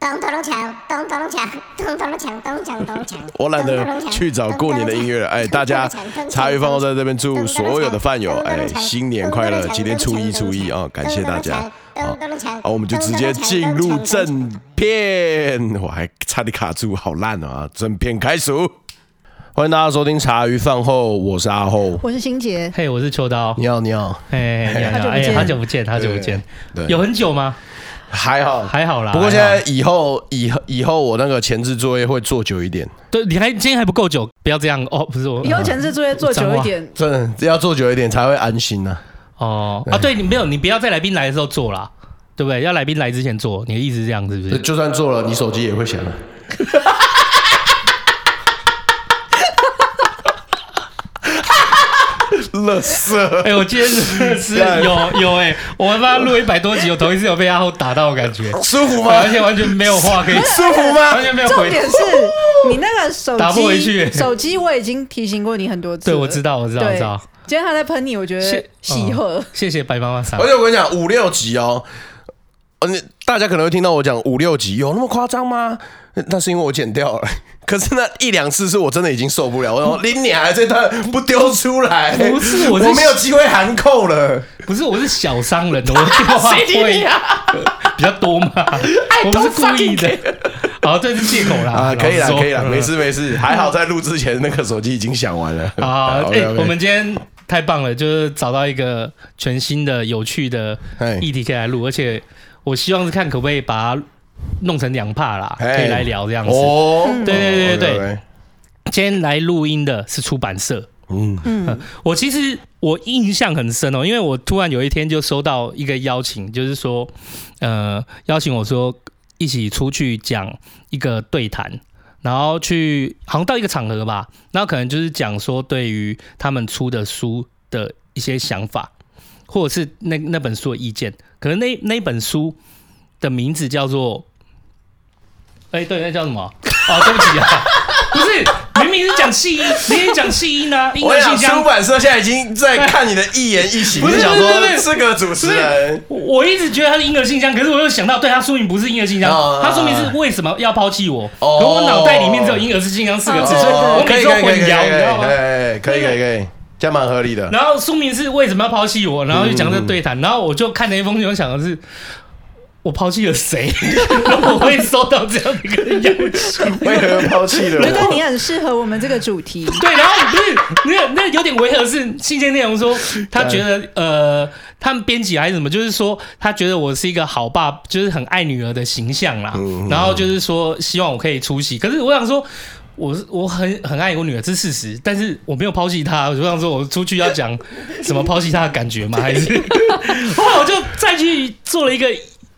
咚咚咚锵，咚咚咚锵，咚咚咚锵，咚锵咚锵。我懒得去找过年的音乐 了。哎，大家茶余饭后在这边祝所有的饭友哎新年快乐！今天初一初一啊，感谢大家啊！好，我们就直接进入正片，我还差点卡住，好烂啊！正片开始，欢迎大家收听茶余饭后，我是阿后。我是欣杰，嘿、我是秋刀，你好，你好，哎，你好，哎，好久不见，好久不见，对，有很久吗？还好，还好啦。不过现在还好以后以后以后我那个前置作业会做久一点，对，你还今天还不够久，不要这样哦，不是我，以后前置作业做久一点，真的要做久一点才会安心呐、哦啊，对你没有，你不要在来宾来的时候做啦，对不对？要来宾来之前做，你的意思是这样，是不是？就算做了，你手机也会响啊。乐色，哎、我今天真的是干有有哎、我他妈录一百多集，我头一次有被阿后打到的感觉，舒服吗？而且完全没有话可以，舒服吗？完全没有重呃回。点是 你那个手机打不回去手机我已经提醒过你很多次，对，我知道，道，我知道，我知道。今天他在喷你，我觉得谢嗯喜 贺，谢谢白妈妈赏而。且我跟你讲，五六集哦，呃，你大家可能会听到我讲五六集，有那么夸张吗？那是因为我剪掉了， 可是那一两次是我真的已经受不了，我 说林你还这段不丢出来，不是我我是没有机会含扣了，不是，我是小 商人，我电话谁理你啊会 比较多嘛，我不是故意的。 好，这是借口啦。啊，可以了了，，可以了，嗯没。事没事，还好在录之前那个手机已经响 完了。啊好， OK，哎， OK 我们今天太棒了，就是找到一个全新的、有趣的哎议题可以来录，而且我希望是看可不可以把它弄成两帕啦，哎可以来聊这样子。哦，对对对对对 OK，OK，今天来录音的是出版社，嗯，嗯，我其实我印象很深哦，因为我突然有一天就收到一个邀请，就是说，呃，邀请我说一起出去讲一个对谈，然后去好像到一个场合吧，然后可能就是讲说对于他们出的书的一些想法，或者是那那本书的意见，可能那那本书的名字叫做，哎，对，那 叫什么？哦，对不起啊，不是，明明是讲戏音，明明讲戏音啊，音我乐想信箱出。版社现在已经在看你的一言一行， 不是就想说不是不是这个主持人我我一直觉得他是婴儿信箱，可是我又想到，对他说明不是婴儿信箱哦，他说明是为什么要抛弃我？哦可我脑袋里面只有婴儿信箱四个字，哦所以哦我可每以次都可以混可以可以可以淆，你知道吗？哎可以可以可以，这样蛮合理的。然后书名是为什么要抛弃我，然后就嗯讲这对谈，然后我就看那一封信，我想的是。我抛弃了谁？ 然后我会收到这样一个邀请？ 为何抛弃了觉得啊我？你很适合我们这个主 题，对，然后不是那个那个有点违和是信件内容说他觉得呃，他们编辑还是什么，就是说他觉得我是一个好爸，就是很爱女儿的形象啦。然后就是说希望我可以出席，可是我想说。我是我很很爱我女儿，这是事实，但是我没有抛弃她。我就想说，我出去要讲什么抛弃她的感觉吗？还是 后来我就再去做了一个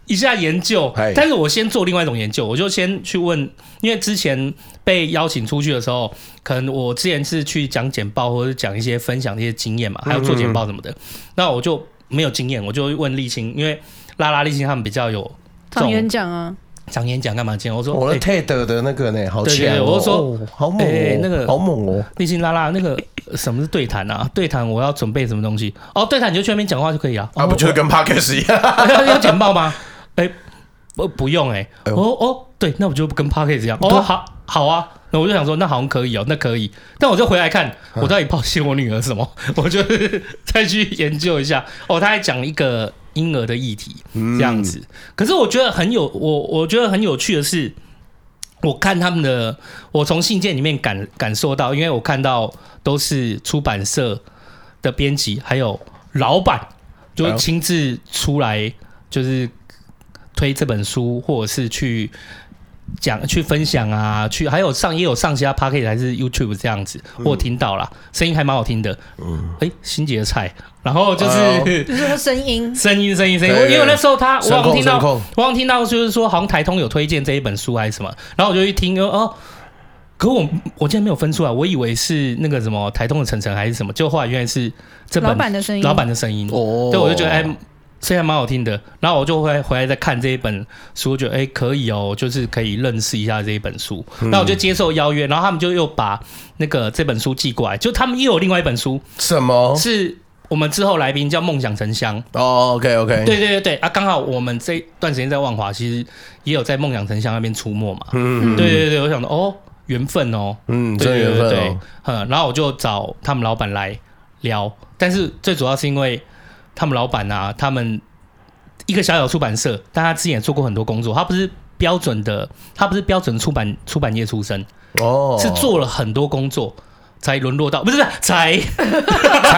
一下研究嗨，但是我先做另外一种研究，我就先去问，因为之前被邀请出去的时候，可能我之前是去讲简报或者讲一些分享的一些经验嗯嘛，还有做简报什么的，那我就没有经验，我就问沥青，因为拉拉沥青他们比较有这常演种讲啊，讲演讲干嘛经验，我说我哎的 TED 的那个呢，好对对强哦！对我就说哦好猛哦哎，那个好猛哦！沥青拉拉那个呃什么是对谈啊？对谈我要准备什么东西？哦，对谈你就去那边讲话就可以啊。啊，不就就是跟 Podcast 一样？要要简报吗？ 哎、不不用哎、哎呦哦哦，对，那我就跟 p a r k e t 一样。对哦，啊好好啊，那我就想说，那好像可以哦，那可以。但我就回来看，嗯我到底抛弃我女儿什么？ 我就是再去研究一下。哦，他还讲一个婴儿的议题，这样子。可是我觉得很有，我我觉得很有趣的是。我看他们的，我从信件里面感感受到，因为我看到都是出版社的编辑还有老板，就亲自出来，就是推这本书，或者是去讲、去分享啊，去还有上也有上其他 p a c k e t 还是 YouTube 这样子，我有听到啦，声音还蛮好听的。嗯，哎，新杰的菜，然后就是。哦就是说声音，声音，声音，声音！对我对因为那时候他，我声好像控听声到，控，我好像听到就是说，好像台通有推荐这一本书还是什么，然后我就去听，哦，可我我竟然没有分出来，我以为是那个什么台通的晨晨还是什么，结果后来原来是这本老板的声音，老板的声音。哦对，我就觉得哎，所以还蛮好听的。然后我就会回来再看这一本书，我觉得哎、诶可以哦，就是可以认识一下这一本书。嗯那我就接受邀约，然后他们就又把那个这本书寄过来，就他们又有另外一本书什么？是。我们之后来宾叫梦想成乡，哦，OK OK，对对对对啊，刚好我们这段时间在万华，其实也有在梦想城乡那边出没嘛。嗯对对对，我想到哦，缘分哦，嗯，真对缘对对分对哦，，嗯，然后我就找他们老板来聊，但是最主要是因为他们老板啊，他们一个小小出版社，但他之前也做过很多工作，他不是标准的，他不是标准出版出版业出身，哦，是做了很多工作。才沦落到不是不是才才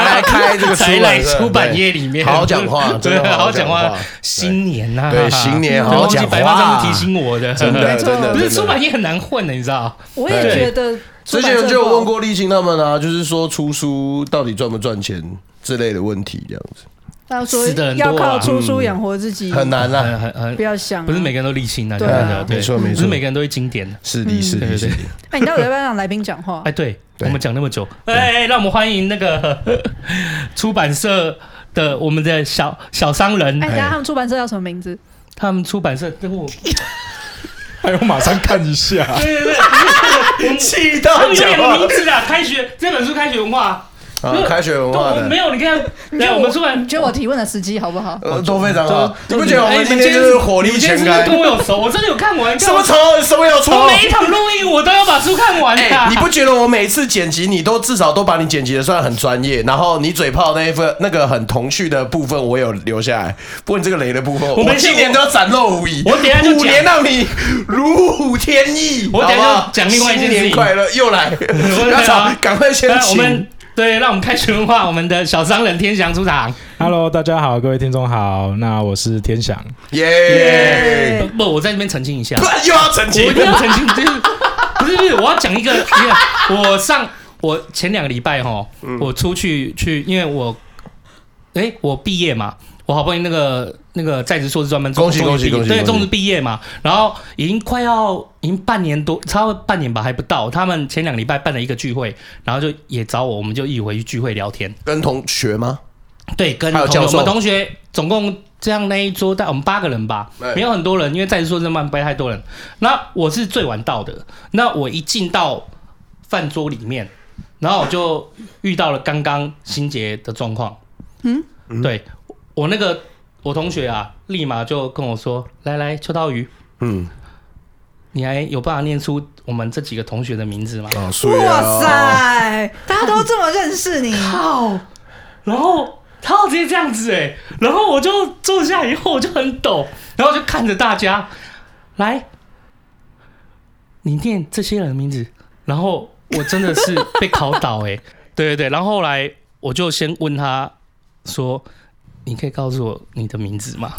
来开这个出版才社来出版业里面，对好好讲话真 对，的好好好讲讲话新年啊呐，对新年好好讲话白妈上次提醒我的，真的没错真的啊不真是的出版业很难混的，你知道？我也对觉得出之版前社不好。就有问过立青他们啊，就是说出书到底赚不赚钱之类的问题，这样子他说死得很多啊要靠出书养活自己，很难很啊。很很不要想啊。不是每个人都立新的，对对啊的，对没错没错不是每个人都会经典的。是的，是的，对是对的。哎，你到底要不要让来宾讲话 哎，？对对我们讲那么久，哎哎，哎让我们欢迎那个 出版社的我们的小小商哎，人，大家他们出版社叫什么名字？他们出版社，对我还有马上看一下，对对 对， 气 到他们有讲话点名字啦。开学这本书开学文化，啊，开学文化对我没的。有，你看，来哎我们出版你。觉得我提问的时机好不好？呃，都非常好，你都不觉得我哎们你今天就是火力你今天全是不是开？跟我有仇，我真的有看完。什么仇？什么有仇？我每一场录音我都要把书看完的。 哎，你不觉得我每次剪辑，你都至少都把你剪辑的算很专业，然后你嘴炮那一份那个很童趣的部分，我有留下来。不过你这个雷的部分，我我们今年都要展露无遗。我等一下就讲五年让你如虎添翼。我等一下就好不好讲另外一件事情新年快乐，又来， 我不等要一下吵，赶快先来我请。们对，让我们开学文化，我们的小商人天祥出场。 Hello，大家好，各位听众好，那我是天翔。耶！不哎 不，我在这边澄清一下，不然又要澄我一清定要澄清，就是不是不是，我要讲一 个，你看我上我前两个礼拜哈，嗯我出去去，因为我哎、我毕业嘛，我好不容易那个那个在职硕士专门，恭喜终于毕恭喜业恭喜对，恭喜终于毕业嘛，然后已经快要已经半年多，差不多半年吧还不到，他们前两个礼拜办了一个聚会，然后就也找我，我们就一起回去聚会聊天。跟同学吗？对，跟还有同学教我授们同学总共这样那一桌大我们八个人吧哎，没有很多人，因为再说真的不会太多人。那我是最晚到的，那我一进到饭桌里面，然后我就遇到了刚刚心杰的状况。嗯，对我那个我同学啊，立马就跟我说：“来来，邱道宇，嗯，你还有办法念出我们这几个同学的名字吗？”啊，所以啊哇！塞，大家都这么认识你，靠！然后他要直接这样子哎、然后我就坐下以后我就很抖，然后就看着大家来，你念这些人的名字，然后我真的是被考倒哎、对对对，然后后来我就先问他说。你可以告诉我你的名字吗？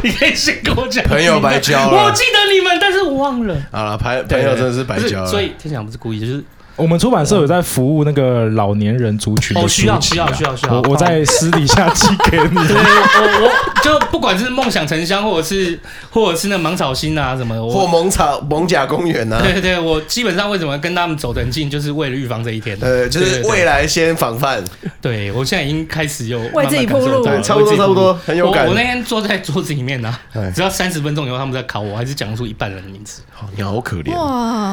你可以先跟我讲。哎朋友白交了我记得你们，但是我忘了。好了，朋朋友真的是白交不了，是所以天翔不是故意的，就是我们出版社有在服务那个老年人族群的哦书需要籍需要啊需要需要我我在私底下寄给 你。对，我我就不管是梦想城乡，或者是或者是那芒草心啊什么 的，或我蒙草蒙甲公园啊呐、对对对，我基本上为什么跟他们走得很近，就是为了预防这一天。呃，就是对对对未来先防范，对我现在已经开始有为自己铺路慢慢感受到了对差不多为自己铺差不多路很有感我我那天坐在桌子里面呢哎，只要三十分钟以后他们在考我，还是讲不出一半人的名字，哦你好可怜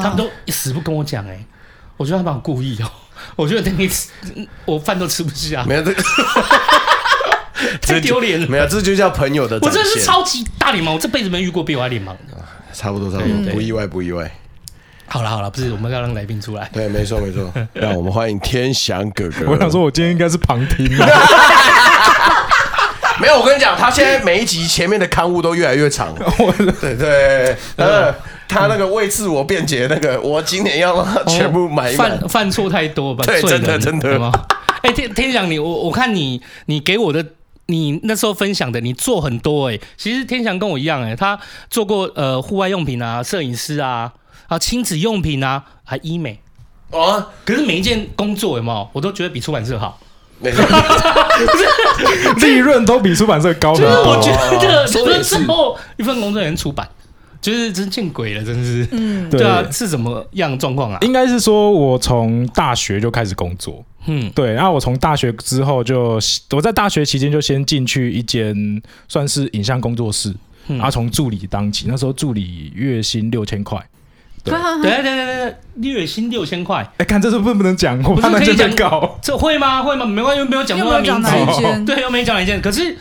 他们哇！都死不跟我讲哎，我觉得他们好故意哦。我觉得那个我饭都吃不下，没有 这个，太丢脸了没。有，这就叫朋友的我展现。真的是超级大脸盲，我这辈子没遇过比我还脸盲的。差不多，差不对多，嗯对不意外，不意外。好了好了，不是我们要让来宾出来。对，没错，没 错。让我们欢迎天翔哥哥。我想说，，我今天应该是旁听 啊， 没有，我跟你讲，他现在每一集前面的刊物都越来越 长。对对，嗯呃，他那个为自我辩解那个，我今年要让他全部买满哦犯。犯错太多吧？对罪人真的真的有没有哎、天天翔，你我我看你，你给我的，你那时候分享的，你做很多哎、其实天翔跟我一样哎、他做过呃户外用品啊、摄影师啊、啊亲子用品啊，还医美。哦， 可是每一件工作有没有，我都觉得比出版社好。没错，利润都比出版社哦高很就是我多。觉得，说得也是之后一份工作人员出版，就是真见鬼了，真哦是。嗯，对啊，是什么样的状况啊？应该是说，我从大学就开始工作，嗯对，然后我从大学之后就，我在大学期间就先进去一间算是影像工作室，嗯然后从助理当起，那时候助理月薪六千块。对等一下等一下等一下，月薪六千块，哎，看这是不是不能讲，我不是怕他可以真的讲搞。这会吗？会吗？没关系，又没有讲又过没他有讲名字哪，一间？ 对，又没讲哪一件。可是，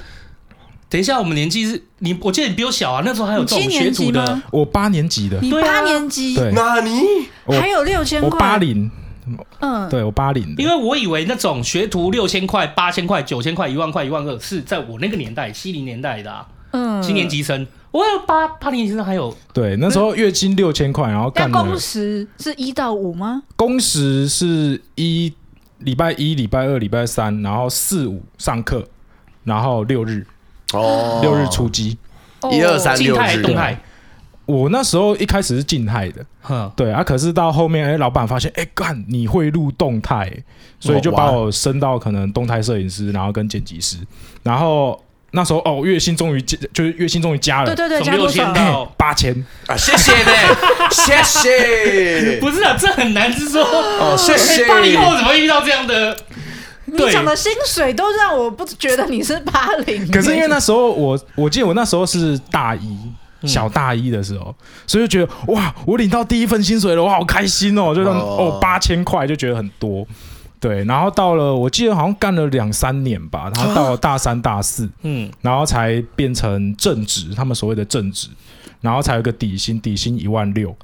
等一下，我们年纪是你，我记得你比我小啊，那时候还有你这种七学年徒级的吗，？我八年级的，你对啊八年级对，那你我还有六千我块？八零，嗯，对我八零的因。为我以为那种学徒六千块、八千块、九千块、一万块、一万二是在我那个年代七零年代的、啊、嗯，七年级生，我有八八年级生还有对，那时候月薪六千块，然后但干了工时是一到五吗？工时是一礼拜一、礼拜二、礼拜三，然后四五上课，然后六日哦六日出击。一二三哦静六态日动态，我那时候一开始是静态的，哼，对啊，可是到后面，哎、老板发现，哎、干你会录动态，所以就哦把我升到可能动态摄影师，然后跟剪辑师，然后那时候哦，月薪终于加，就是月薪终于加对了，对对，从加六多千少？到。八千，啊，谢谢 呢，谢谢，不是啊，这很难是说，哦，谢谢哎，八零后怎么会遇到这样的？你对讲的薪水都让我不觉得你是八零。 可是因为那时候我，我记得我那时候是大一。小大一的时候，所以就觉得哇，我领到第一份薪水了，我好开心哦！就让哦哦八千块就觉得很多，对。然后到了，我记得好像干了两三年吧，然后到了大三大四，嗯，然后才变成正职，他们所谓的正职，然后才有个底薪，底薪一万六。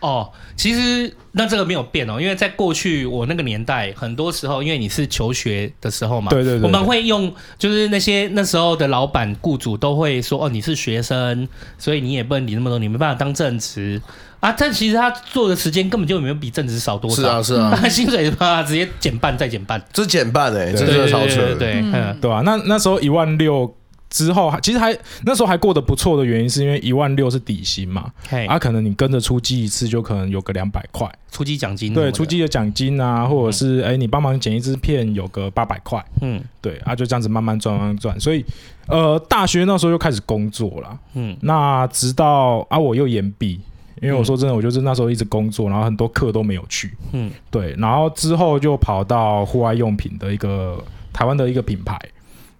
哦，其实那这个没有变哦，因为在过去我那个年代，很多时候因为你是求学的时候嘛，对对对对我们会用就是那些那时候的老板雇主都会说哦，你是学生，所以你也不能理那么多，你没办法当正职啊。但其实他做的时间根本就没有比正职少多少，是啊是啊， 他薪水他直接减半再减半，这减半哎，这真对对的对超对扯的，对，嗯嗯对啊，那那时候一万六之后，还其实还那时候还过得不错的原因，是因为一万六是底薪嘛，嘿，啊，可能你跟着出击一次就可能有个两百块，出击奖金什么对，的出，击的奖金啊，或者是哎、你帮忙剪一支片有个八百块，嗯对，啊就这样子慢慢赚慢慢赚，所以呃大学那时候就开始工作了，嗯那直到啊我又延毕，因为我说真的，我就是那时候一直工作，然后很多课都没有去，嗯对，然后之后就跑到户外用品的一个台湾的一个品牌，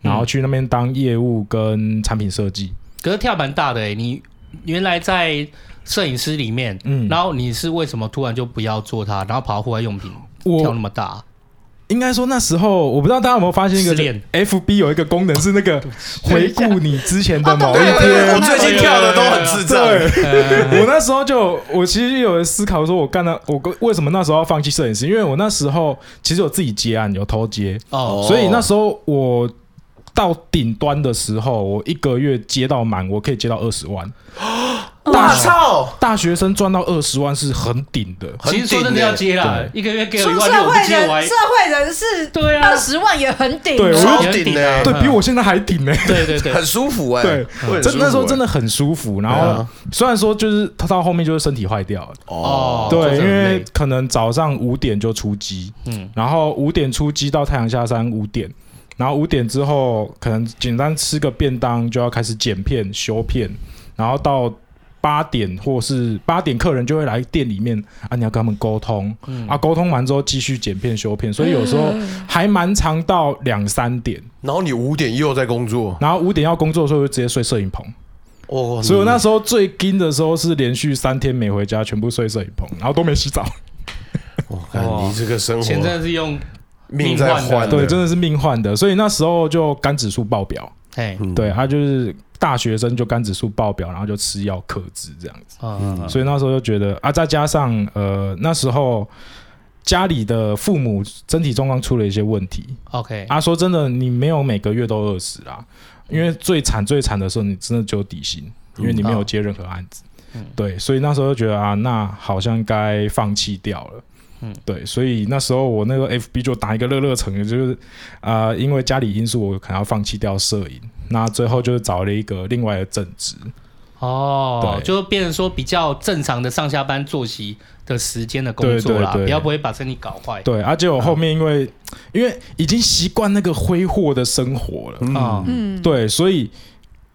然嗯后去那边当业务跟产品设计。可是跳蛮大的哎、你原来在摄影师里面，嗯，然后你是为什么突然就不要做它，然后跑到户外用品跳那我么大？应该说那时候我不知道大家有没有发现一失个恋 FB 有一个功能是那个回顾你之前的某一哦对对对，我天。最近跳的都很智障，对，我那时候就我其实有思考说，我干了我为什么那时候要放弃摄影师？因为我那时候其实有自己接案，有偷接，哦，所以那时候我到顶端的时候，我一个月接到满，我可以接到二十万。哇操，大学生赚到二十万是很顶的，很其实说顶真的欸要接啦，一个月给我一出万六，社我会不接我还人，社会人士对啊二，十万也很顶。对我超就顶欸对比我现在还顶 呢、啊对对 对，很舒服哎，对会很舒真服那时候真欸的很舒服。然对后啊虽然说就是他到后面就是身体坏掉了，哦就对，是因很为累可能早上五点就出击，嗯然后五点出击到太阳下山五点。然后五点之后，可能简单吃个便当就要开始剪片、修片，然后到八点或是八点，客人就会来店里面啊，你要跟他们沟通、嗯啊，沟通完之后继续剪片、修片，所以有时候还蛮长到两三点。然后你五点又在工作，然后五点要工作的时候就直接睡摄影棚，哦，所以我那你时候最惊的时候是连续三天没回家，全部睡摄影棚，然后都没洗澡。我看你这个生钱真活的是用，命在换，对，真的是命换的，所以那时候就肝指数爆表，哎，嗯对，他就是大学生就肝指数爆表，然后就吃药克制这样子，嗯，所以那时候就觉得啊，再加上呃那时候家里的父母身体状况出了一些问题 OK，嗯啊，说真的，你没有每个月都饿死啦，因为最惨最惨的时候，你真的只有底薪，因为你嗯没有接任何案子，对，所以那时候就觉得啊，那好像该放弃掉了。嗯对，所以那时候我那个 FB 就打一个乐乐成，就是啊、呃因为家里因素，我可能要放弃掉摄影，那最后就是找了一个另外的正职。哦，对就变成说比较正常的上下班作息的时间的工作啦，对对对比较不会把身体搞坏。对，而、啊、且我后面因为、因为已经习惯那个挥霍的生活了，啊，嗯，对，所以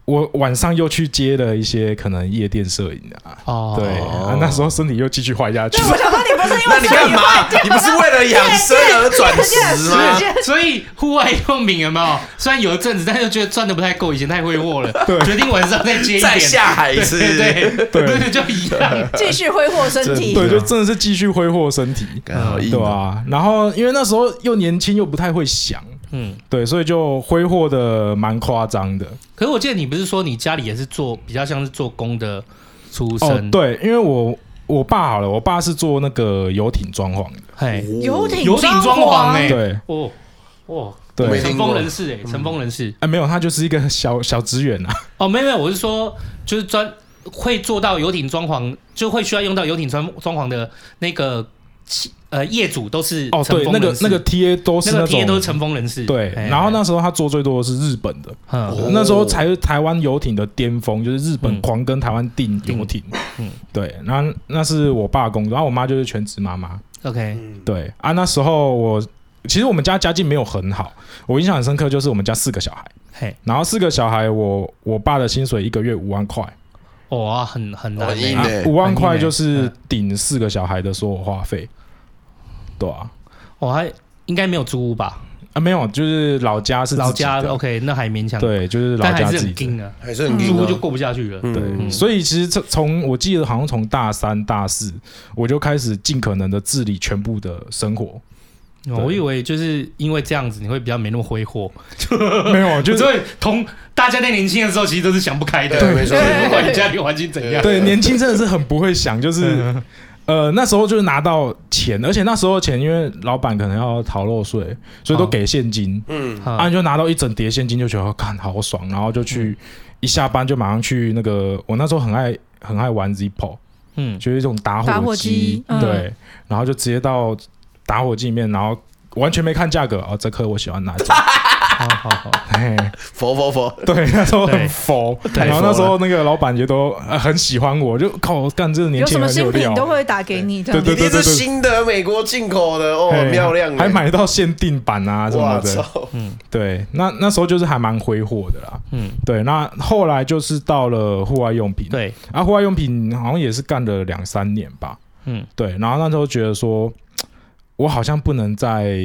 我晚上又去接了一些可能夜店摄影啊，哦对，啊那时候身体又继续坏下去。我想说你不是因那为你身干体坏嘛？掉你不是为了养生而转职吗？所以户外用敏有没有？虽然有一阵子，但是觉得赚的不太够，以前太挥 霍了，决定晚上再接一点。再下海一次 对对对对，就一样。继续挥霍身体？对，就真的是继续挥霍身体，干好硬对哦啊？然后因为那时候又年轻又不太会想，嗯，对，所以就挥霍的蛮夸张的。可是我记得你不是说你家里也是做比较像是做工的出哦身？，，对，因为我我爸好了，我爸是做那个游艇装潢的，嘿，游艇游艇装啊潢哎，对哦哦，对没成听过嗯功人士哎，成功人士。啊，没有，他就是一个小小职员啊，哦，没有没有，我是说就是专会做到游艇装潢，就会需要用到游艇装装潢的那个企呃业主都是哦，成对，功那个人士那个 TA 都是那个 T 都是种。成风人士，对，哎然后那时候他做最多的是日本的，嗯哦那时候才是台湾游艇的巅峰，就是日本狂跟台湾订游艇。嗯嗯，对，然后那是我爸工作，然后我妈就是全职妈妈。 ，OK，对啊，那时候我其实我们家家境没有很好，我印象很深刻就是我们家四个小孩，嘿，然后四个小孩我我爸的薪水一个月五万块，哇，很很难哦硬欸，啊欸五万很块硬欸就是顶四个小孩的所有花费，对啊。我哦还应该没有租屋吧？啊，没有，就是老家是自己老家的 OK，那还勉强，，对，就是老但还家是自很己的。硬啊，还是很硬租哦屋就过不下去了，嗯对，嗯所以其实这从我记得好像从大三、大四，我就开始尽可能的治理全部的生活。哦我以为就是因为这样子，你会比较没那么挥霍， 没有，就就是所以同大家在年轻的时候，其实都是想不开的，对没错不管你家里环境怎样，对年轻真的是很不会想，就是呃那时候就是拿到钱，而且那时候钱因为老板可能要逃漏税，所以都哦给现金。嗯，啊，啊，你就拿到一整叠现金，就觉得哦干好爽，然后就去一下班就马上去那个，我那时候很爱很爱玩 Zippo，嗯，就是一种打打火火机嗯对，然后就直接到打火机里面，然后完全没看价格，哦，这颗我喜欢哪一 种？好好好，嘿佛佛佛，对，那时候对很佛，太然后佛那时了候那个老板也都呃很喜欢我，就靠干这个年有轻什么人啊很有新品料，都会打给你，这对样一对定是新的美国进口的哦，嘿很漂亮欸，还买到限定版啊什么哇的。操，对，那那时候就是还蛮挥霍的啦。嗯嗯，对，那后来就是到了户外用品，对，啊，户外用品好像也是干了两三年吧。嗯，对，然后那时候觉得说，我好像不能再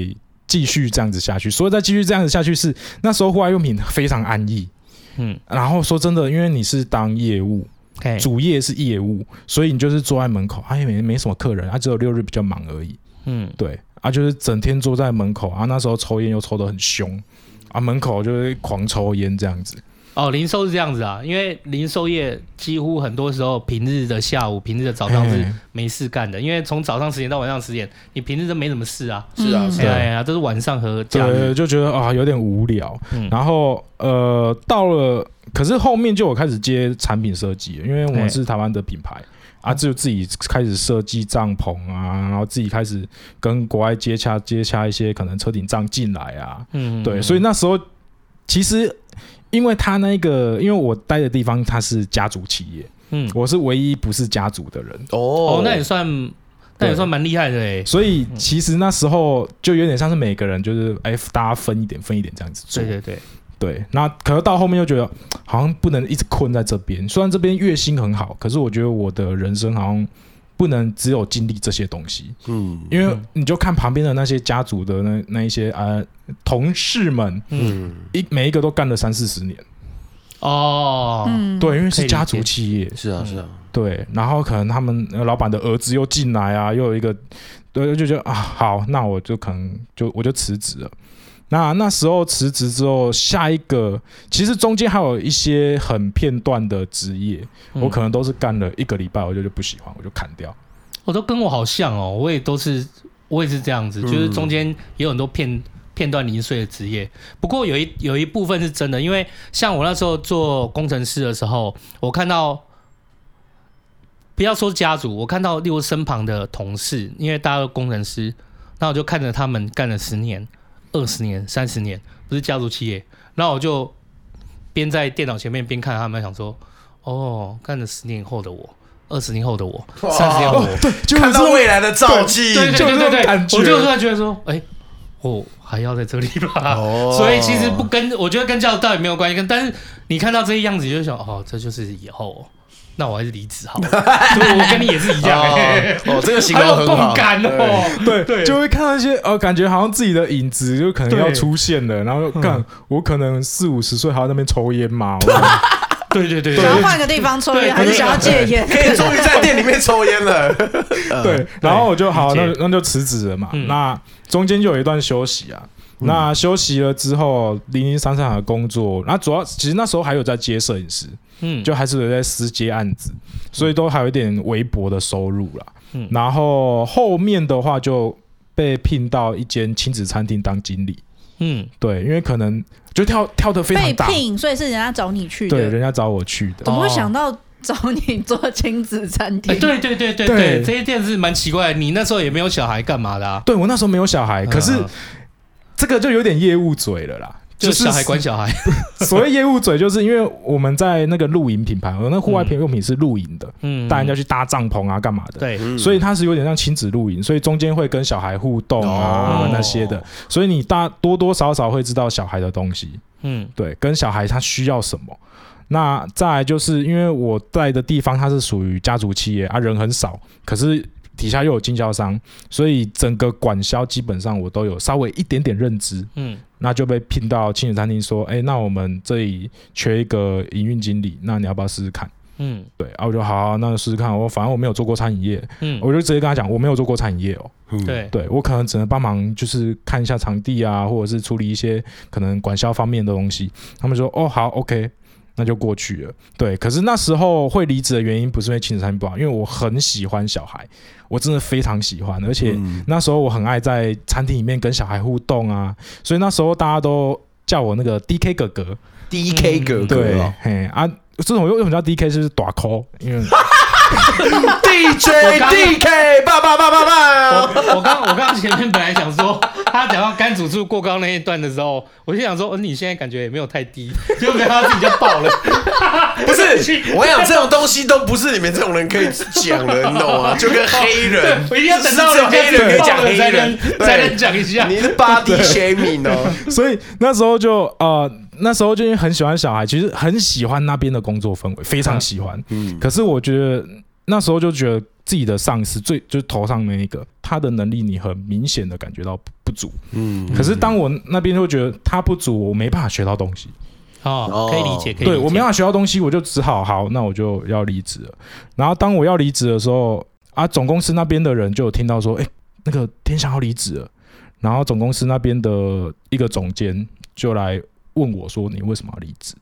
继续这样子下去。所以再继续这样子下去是，那时候户外用品非常安逸。嗯，然后说真的，因为你是当业务，嘿，主业是业务，所以你就是坐在门口，哎、也没没什么客人，啊，只有六日比较忙而已。嗯，对，啊，就是整天坐在门口，啊，那时候抽烟又抽得很凶，啊，门口就是狂抽烟这样子。哦，零售是这样子啊，因为零售业几乎很多时候平日的下午、平日的早上是嘿没事干的，因为从早上十点到晚上十点，你平日都没什么事啊。嗯是啊，哎是呀啊，哎呀，都是晚上和假对，日。就觉得啊有点无聊。嗯然后呃，到了，可是后面就我开始接产品设计了，因为我们是台湾的品牌。啊，就自己开始设计帐篷啊，然后自己开始跟国外接洽接洽一些可能车顶帐进来啊，嗯对，所以那时候其实因为他那个，因为我待的地方他是家族企业，嗯，我是唯一不是家族的人，哦哦，，那也算，那也算蛮厉害的哎。所以其实那时候就有点像是每个人就是哎，大家分一点分一点这样子做对，对对，对，那可是到后面又觉得好像不能一直困在这边。虽然这边月薪很好，可是我觉得我的人生好像不能只有经历这些东西，嗯因为你就看旁边的那些家族的那那一些呃同事们，嗯，一每一个都干了三四十年。哦，嗯，对，因为可以是理家族解企业，是啊，是啊，对，然后可能他们呃老板的儿子又进来啊，又有一个，对，就觉得啊，好，那我就可能就我就辞职了。那那时候辞职之后，下一个其实中间还有一些很片段的职业，嗯我可能都是干了一个礼拜，我就就不喜欢，我就砍掉。我都跟我好像哦，我也都是，我也是这样子，就是中间也有很多片片段零碎的职业。不过有一有一部分是真的，因为像我那时候做工程师的时候，我看到。不要说家族，我看到例如身旁的同事，因为大家都工程师，那我就看着他们干了十年、二十年、三十年，不是家族企业，然后我就边在电脑前面边看他们，想说，哦，干了十年后的我，二十年后的我，三十年后的我，对，就看到未来的造对迹，对对对就对是这种对，感觉我就突然觉得说，哎、哦，还要在这里吧？哦所以其实不跟我觉得跟教导也没有关系，跟但是你看到这个样子，你就想哦，这就是以后，那我还是离职好了。所以我跟你也是一样、欸，哦哦这个形好容有很好共感哦。对对就会看到一些呃，感觉好像自己的影子就可能要出现了，然后就干、我可能四五十岁还要在那边抽烟嘛，我对对对想要换个地方抽对烟，还是想要戒烟？可以终于在店里面抽烟了。对，然后我就好，呃理那解那就辞职了嘛。嗯那中间就有一段休息啊。那休息了之后，零零散散的工作，那主要其实那时候还有在接摄影师，嗯，就还是有在私接案子，所以都还有一点微薄的收入啦。嗯然后后面的话就被聘到一间亲子餐厅当经理，嗯，对，因为可能就跳跳得非常被大，聘，所以是人家找你去对，人的，家找我去的怎，么会想到找你做亲子餐哎厅？对对对对对对，这一点是蛮奇怪的。你那时候也没有小孩，干嘛的啊？对我那时候没有小孩，可是嗯这个就有点业务嘴了啦。就是小孩管小孩， 所谓业务嘴，就是因为我们在那个露营品牌，我那户外品用品是露营的，嗯，大人要去搭帐篷啊，干嘛的。对，嗯所以它是有点像亲子露营，所以中间会跟小孩互动啊、哦那些的，所以你大多多少少会知道小孩的东西，嗯对，跟小孩他需要什么。那再来就是因为我在的地方它是属于家族企业啊，人很少，可是底下又有经销商，所以整个管销基本上我都有稍微一点点认知，嗯那就被聘到亲子餐厅说，哎、那我们这里缺一个营运经理，那你要不要试试看？嗯对，啊，我就好、啊，那就试试看。我反正我没有做过餐饮业，嗯，我就直接跟他讲，我没有做过餐饮业哦，对，对我可能只能帮忙就是看一下场地啊，或者是处理一些可能管销方面的东西。他们说，哦，好，OK。那就过去了，对。可是那时候会离职的原因不是因为亲子餐厅不好，因为我很喜欢小孩，我真的非常喜欢，而且嗯那时候我很爱在餐厅里面跟小孩互动啊，所以那时候大家都叫我那个 D K 哥哥， ，D K 哥对哥，嘿啊，这种为什么叫 D K 就是短 call，因 为，DJ D K，爸爸爸爸爸。我我刚我刚前面本来想说，他讲到甘主柱过高那一段的时候，我就想说，嗯，你现在感觉也没有太低，结果没想到自己就爆 了。不是，我想这种东西都不是你们这种人可以讲的，你懂吗？就跟黑人，哦我一定要等到只有人家黑人可以讲爆了黑才人能，对才能讲一下。你是 body shaming 哦，所以那时候就呃，那时候就因为很喜欢小孩，其实很喜欢那边的工作氛围，非常喜欢。嗯，可是我觉得那时候就觉得自己的上司最就是头上那一个，他的能力你很明显的感觉到不不足。嗯可是当我那边就觉得他不足，我没办法学到东西。哦，可以理解，可以理解。对我没办法学到东西，我就只好好，那我就要离职了。然后当我要离职的时候，啊，总公司那边的人就有听到说，哎、那个天翔要离职了。然后总公司那边的一个总监就来问我说，你为什么要离职？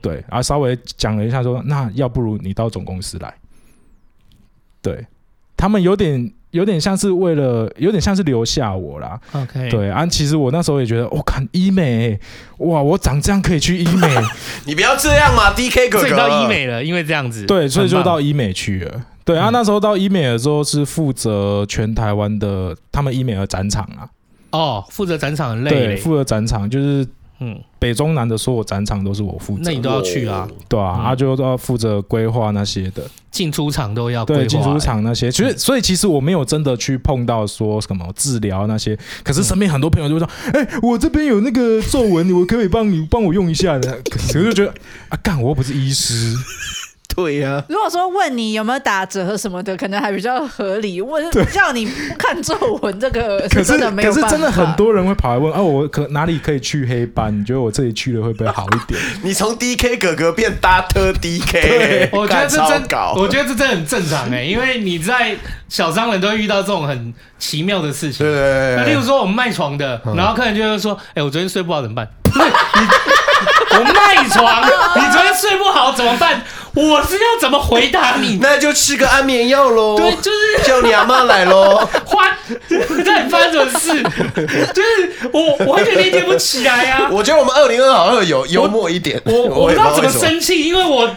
对，啊，稍微讲了一下说，那要不如你到总公司来。对他们有点有点像是为了，有点像是留下我啦。 OK，，对啊，其实我那时候也觉得，我、看医美、哇，我长这样可以去医美。你不要这样嘛，D K 哥所以哥，你到医，美了，因为这样子。对，所以就很棒到医美去了。对啊，嗯那时候到医美的时候是负责全台湾的他们医美的展场啊，哦，负责展场很累对，嘞。负责展场就是嗯，北中南的所有展场都是我负责那，你都要去哦啊，对啊，嗯啊就都要负责规划那些的，进出场都哦要规划欸哎对，进出。 场那些，其实所以其实我没有真的去碰到说什么治疗那些，可嗯是身边很多朋友就会说，哎、我这边有那个皱纹，我可不可以帮你帮我用一下的，可是我就觉得啊，干我又不是医师，对呀，如果说问你有没有打折什么的，可能还比较合理。问叫你不看皱纹这个，可是真的没可有是办法。真的很多人会跑来问，哦、我可哪里可以去黑斑？你觉得我这里去了会不会好一点？你从 D K 哥哥变搭特 D K，我觉得这干真超搞，，我觉得这真的很正常哎、因为你在小商人都会遇到这种很奇妙的事情。对对对对那例对如。说我们卖床的，然后客人就会说：“哎、我昨天睡不好怎么办？” 不是你，我卖床，你昨天睡不好怎么办？我是要怎么回答 你？那就吃个安眠药喽，对，就是叫你阿妈来喽。花，在发生什么事？就是我完全理解不起来啊！我觉得我们二零二好像有幽默一点，我我不也知道怎为么什生气，因为我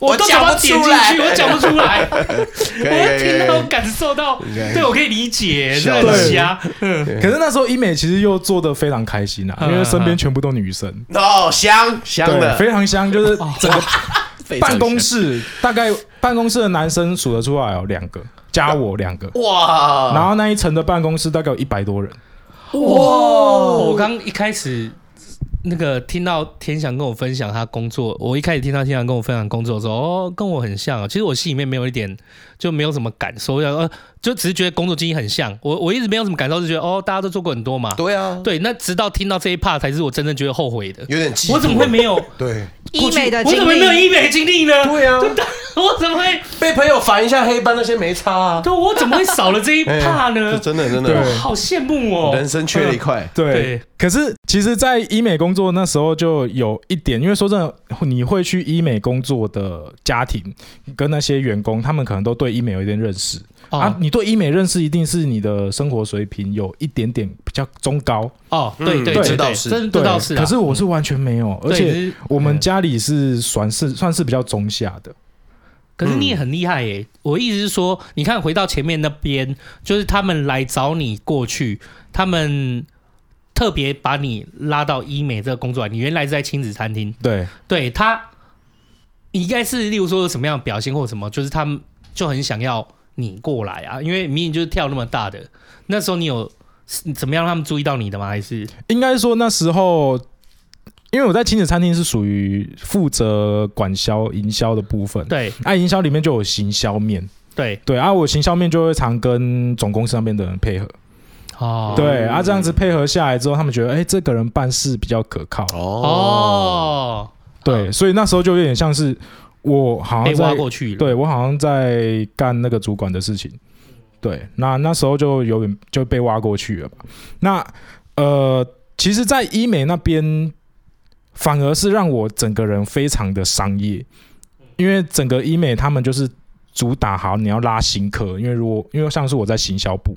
我都怎讲么不点出进来去，我讲不出来。可以我可以会听可到以感受到该，对我可以理解笑这个死虾，嗯可是那时候医美其实又做的非常开心啊，嗯因为身边全部都女生，哦，香香对，的，非常香，就是整个非常办香公室大概办公室的男生数得出来哦，两个加我两个，哇，然后那一层的办公室大概有一百多人，哇！我刚一开始那个听到天翔跟我分享他工作，我一开始听到天翔跟我分享工作的时候，哦，跟我很像、哦。其实我心里面没有一点就没有什么感受，要呃，就只是觉得工作经验很像。我我一直没有什么感受，就觉得哦，大家都做过很多嘛。对啊，对，那直到听到这一 part 才是我真正觉得后悔的。有点嫉妒啊我怎么会没 有？对医美的我经怎么没有历，医美经历呢？ 对啊就当我怎么会？被朋友烦一下黑斑那些没差啊？对，我怎么会少了这一 part 哎这呢？真的真对的，好羡慕哦！人生缺了一块。对对，可是其实，在医美工作那时候就有一点，因为说真的，你会去医美工作的家庭跟那些员工，他们可能都对医美有一点认识、哦啊。你对医美认识，一定是你的生活水平有一点点比较中高，哦，对嗯对对对，这倒对是这这对。倒是啊。嗯可是我是完全没有，而对只且是我们家里是算是算是比较中下的，可是你嗯也很厉害耶、我意思是说，你看回到前面那边，就是他们来找你过去，他们特别把你拉到医美这个工作来。你原来是在亲子餐厅，对对他，你应该是例如说有什么样的表现或什么，就是他们就很想要你过来啊，因为明明就是跳那么大的，那时候你有你怎么样让他们注意到你的吗？还是应该说那时候，因为我在亲子餐厅是属于负责管销营销的部分，对啊，营销里面就有行销面。对对啊，我行销面就会常跟总公司那边的人配合，哦对啊，这样子配合下来之后，他们觉得哎、这个人办事比较可靠，哦，哦，对，所以那时候就有点像是我好被像挖在过去了，哦对我好像在干那个主管的事情，对，那那时候就有点就被挖过去了吧。那呃，其实，在医美那边反而是让我整个人非常的商业，因为整个医美他们就是主打好你要拉新客，因为如果因为像是我在行销部。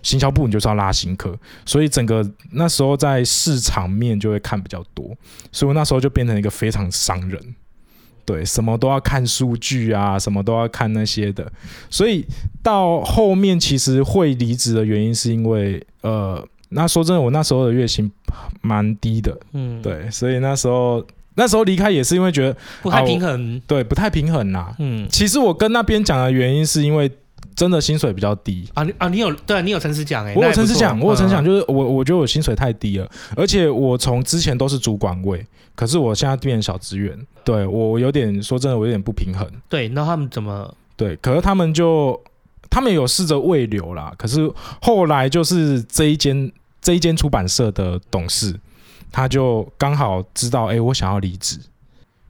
行销部你就是要拉新客，所以整个那时候在市场面就会看比较多，所以我那时候就变成一个非常商人，对，什么都要看数据啊，什么都要看那些的，所以到后面其实会离职的原因是因为，呃，那说真的，我那时候的月薪蛮低的，嗯，对，所以那时候那时候离开也是因为觉得不太啊我平衡，对不太平衡啦、嗯。其实我跟那边讲的原因是因为真的薪水比较低，啊，你啊，你有对啊，你有诚实讲哎、欸，我那也有不诚实错讲，我有诚实讲，嗯就是我我觉得我薪水太低了，而且我从之前都是主管位，可是我现在变成小职员，对我有点说真的，我有点不平衡。对，那他们怎么对，可是他们就他们有试着喂流啦，可是后来就是这一间这一间出版社的董事，他就刚好知道，哎、我想要离职。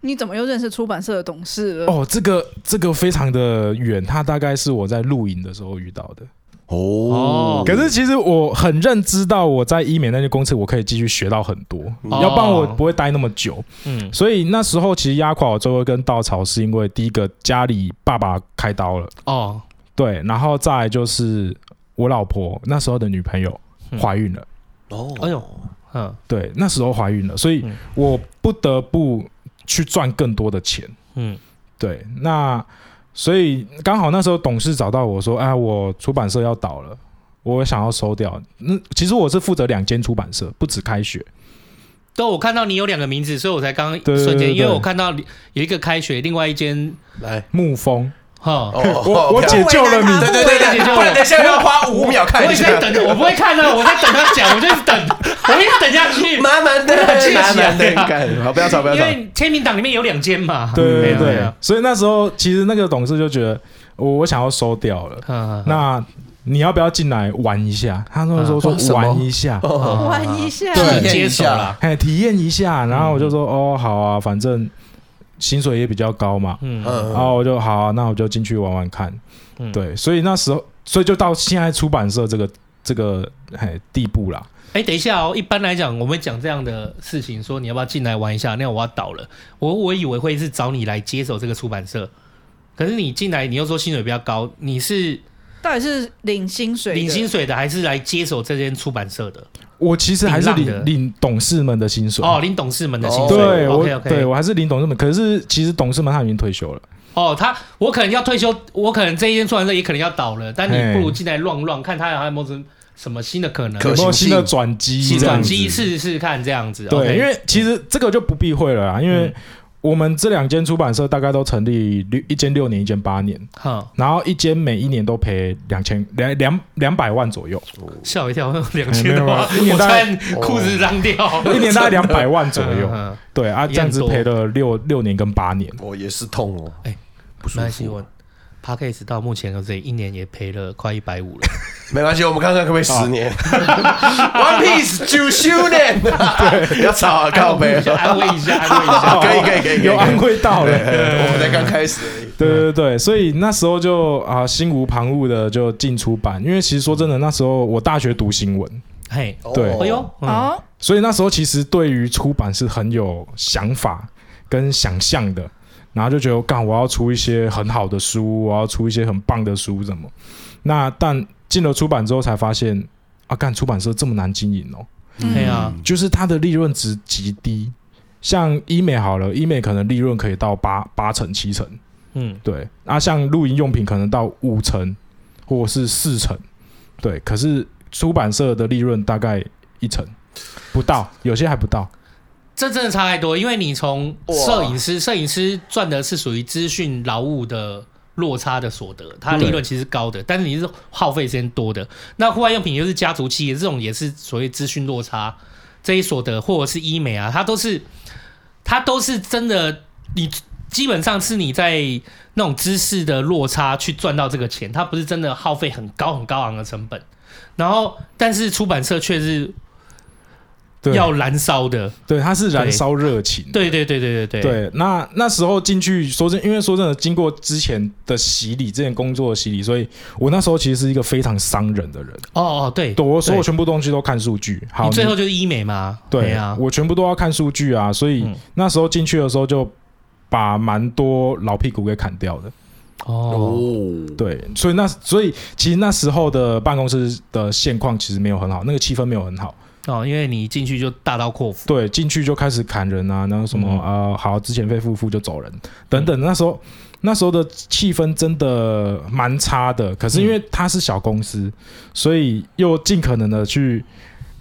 你怎么又认识出版社的董事了？哦，这个这个非常的远，他大概是我在录影的时候遇到的。哦哦，可是其实我很认知到，我在医美那些公司，我可以继续学到很多，哦要不然我不会待那么久。嗯所以那时候其实压垮我最后一根稻草，是因为第一个家里爸爸开刀了，哦对，然后再来就是我老婆那时候的女朋友嗯怀孕了，哦哎呦嗯对，那时候怀孕了，所以嗯我不得不去赚更多的钱。嗯对，那所以刚好那时候董事找到我说：“哎，我出版社要倒了，我想要收掉。”嗯，其实我是负责两间出版社，不止开学。对，我看到你有两个名字，所以我才刚对对瞬对间，因为对我看到有一个开学，另外一间来，沐风，哈，哦 我我解救了嗯你，对对对对，不然等一下要花五秒看我一一直下，在等着，我不会看的，我在等他讲，我就一直等，我一直等下去，慢慢的，慢慢的，干好，不 要吵，不要因吵。为签名档里面有两间嘛，对对对啊对啊，所以那时候其实那个董事就觉得我我想要收掉了，嗯，那你要不要进来玩一下？他那时候说啊什么玩一下，嗯玩一下，对接手了，哎，体验一下。嗯然后我就说哦，好啊，反正薪水也比较高嘛，嗯然嗯，后我就好啊、那我就进去玩玩看。嗯，对，所以那时候，所以就到现在出版社这个这个哎地步啦。哎，等一下哦，一般来讲我们讲这样的事情，说你要不要进来玩一下，那我要倒了，我我以为会是找你来接手这个出版社。可是你进来，你又说薪水比较高，你是到底是领薪水的？领薪水的，还是来接手这间出版社的？我其实还是挺浪领的领董事们的薪水。哦，领董事们的薪水。对我 OK OK。对我还是领董事们，可是其实董事们他已经退休了。哦，他我可能要退休，我可能这一间出版社也可能要倒了，但嘿你不如进来乱乱，看他还有没有什么什么新的可能，可有没行有性新的转机？新这样转子机试试看这样子。对， OK 因为其实这个就不避讳了啊，因为嗯我们这两间出版社大概都成立六一间六年，一间八年，哈，然后一间每一年都赔两千两两两百万左 右，吓我一跳，两千的话，哎没有我没有一年大概哦穿裤子脏掉，一年大概两百万左 右。嗯嗯对啊，这样子赔了六六年跟八年，我也是痛哦，哎不舒没关系，服我。p a c k a g e 到目前为止一年也赔了快一百五了，没关系，我们看看可不可以十年。One Piece 九周 年，对， 要吵啊， 靠 背，可安慰一下，安慰一下。以可以可以，可以有安慰到 对，了。我们才刚开始而已。对对对，所以那时候就啊心无旁骛的就进出版，因为其实说真的，那时候我大学读新闻， 嘿，对哎呦，嗯哦，所以那时候其实对于出版是很有想法跟想象的，然后就觉得干我要出一些很好的书，我要出一些很棒的书什么。那但进了出版之后才发现啊，干出版社这么难经营哦，嗯对啊，就是它的利润值极低。像医美好了，医美可能利润可以到八八成七成，嗯，对。啊，像露营用品可能到五成或是四成，对。可是出版社的利润大概一成不到，有些还不到。这真的差太多，因为你从摄影师，摄影师赚的是属于资讯劳务的落差的所得，它利润其实高的，但是你是耗费时间多的。那户外用品又是家族企业，这种也是所谓资讯落差这一所得，或者是医美啊，它都是它都是真的，你基本上是你在那种知识的落差去赚到这个钱，它不是真的耗费很高很高昂的成本。然后，但是出版社却是对，要燃烧的，对，它是燃烧热情。对对对对对对，对，那那时候进去，说真，因为说真的，经过之前的洗礼，之前工作的洗礼，所以我那时候其实是一个非常伤人的人。哦哦对，对，我所有对全部东西都看数据。好，你最你后就是医美嘛，对啊，我全部都要看数据啊，所以嗯那时候进去的时候就把蛮多老屁股给砍掉的。哦，哦，对，所以那所以其实那时候的办公室的现况其实没有很好，那个气氛没有很好。哦，因为你进去就大刀阔斧，对，进去就开始砍人啊，然后什么、呃，好，之前费付付就走人等等。那时候那时候的气氛真的蛮差的，可是因为它是小公司，所以又尽可能的去。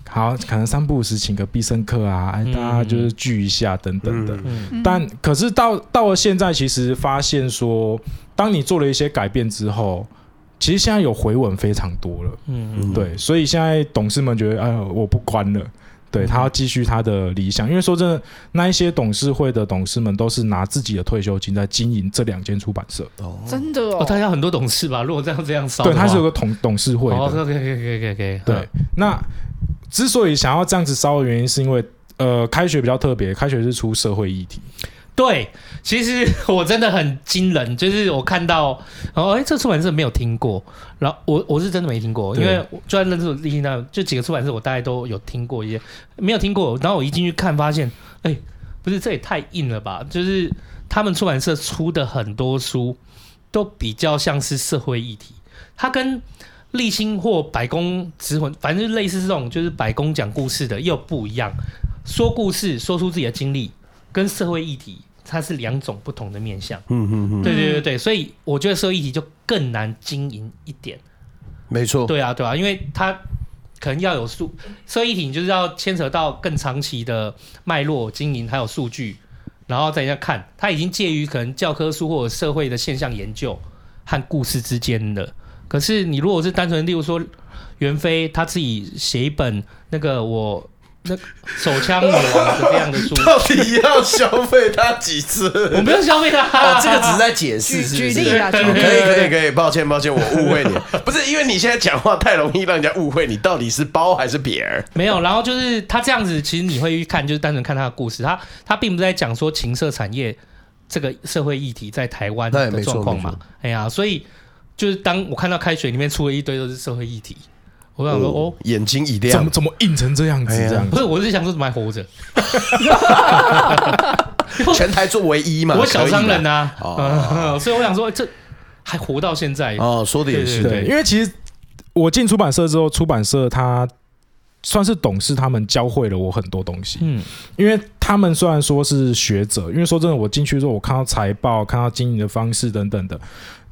好，可能三不五时请个必胜客啊，哎，嗯大家就是聚一下等等的。嗯，但可是到到了现在，其实发现说，当你做了一些改变之后，其实现在有回稳非常多了。嗯，对，所以现在董事们觉得，哎呦，我不关了。对他要继续他的理想，因为说真的，那一些董事会的董事们都是拿自己的退休金在经营这两间出版社。真的哦，哦，大家很多董事吧，如果这样这样烧的对，话，他是有个董董事会的。哦，OK OK OK OK，对，那之所以想要这样子烧的原因，是因为呃，开学比较特别，开学是出社会议题。对，其实 我真的很惊人，就是我看到，然后哎，这出版社没有听过，然后我我是真的没听过，因对为我就算认识我立新那，就几个出版社我大概都有听过一些，没有听过，然后我一进去看发现，哎，不是这也太硬了吧？就是他们出版社出的很多书都比较像是社会议题，它跟立新或百工之魂，反正就是类似这种，就是百工讲故事的又不一样，说故事说出自己的经历，跟社会议题它是两种不同的面向。嗯嗯嗯，对对对对，所以我觉得社会议题就更难经营一点。没错，，对啊对啊，因为它可能要有数，社会议题你就是要牵扯到更长期的脉络经营，还有数据，然后再加看，它已经介于可能教科书或者社会的现象研究和故事之间的。可是你如果是单纯，例如说袁飞他自己写一本那个我那手枪女王的这样的书到底要消费他几 次？我没有消费啊他、哦，这个只是在解释，是举不举例是？啊哦举可例以可以可以，抱歉抱歉，我误会你，不是因为你现在讲话太容易让人家误会你到底是包还是瘪儿。没有，然后就是他这样子，其实你会去看，就是单纯看他的故事，他他并不在讲说情色产业这个社会议题在台湾那也没的错状况嘛没错。哎呀，所以就是当我看到开学里面出了一堆都是社会议题，我想说哦，眼睛一怎亮么，怎么硬成这样子？哎呀这样不子是，我是想说怎么还活着？全台做唯一嘛，我小商人呢？呐、可以的啊， 所以我想说这还活到现在，哦，说的也是，对对，因为其实我进出版社之后，出版社它算是董事，他们教会了我很多东西。嗯因为他们虽然说是学者，因为说真的，我进去之后，我看到财报、看到经营的方式等等的，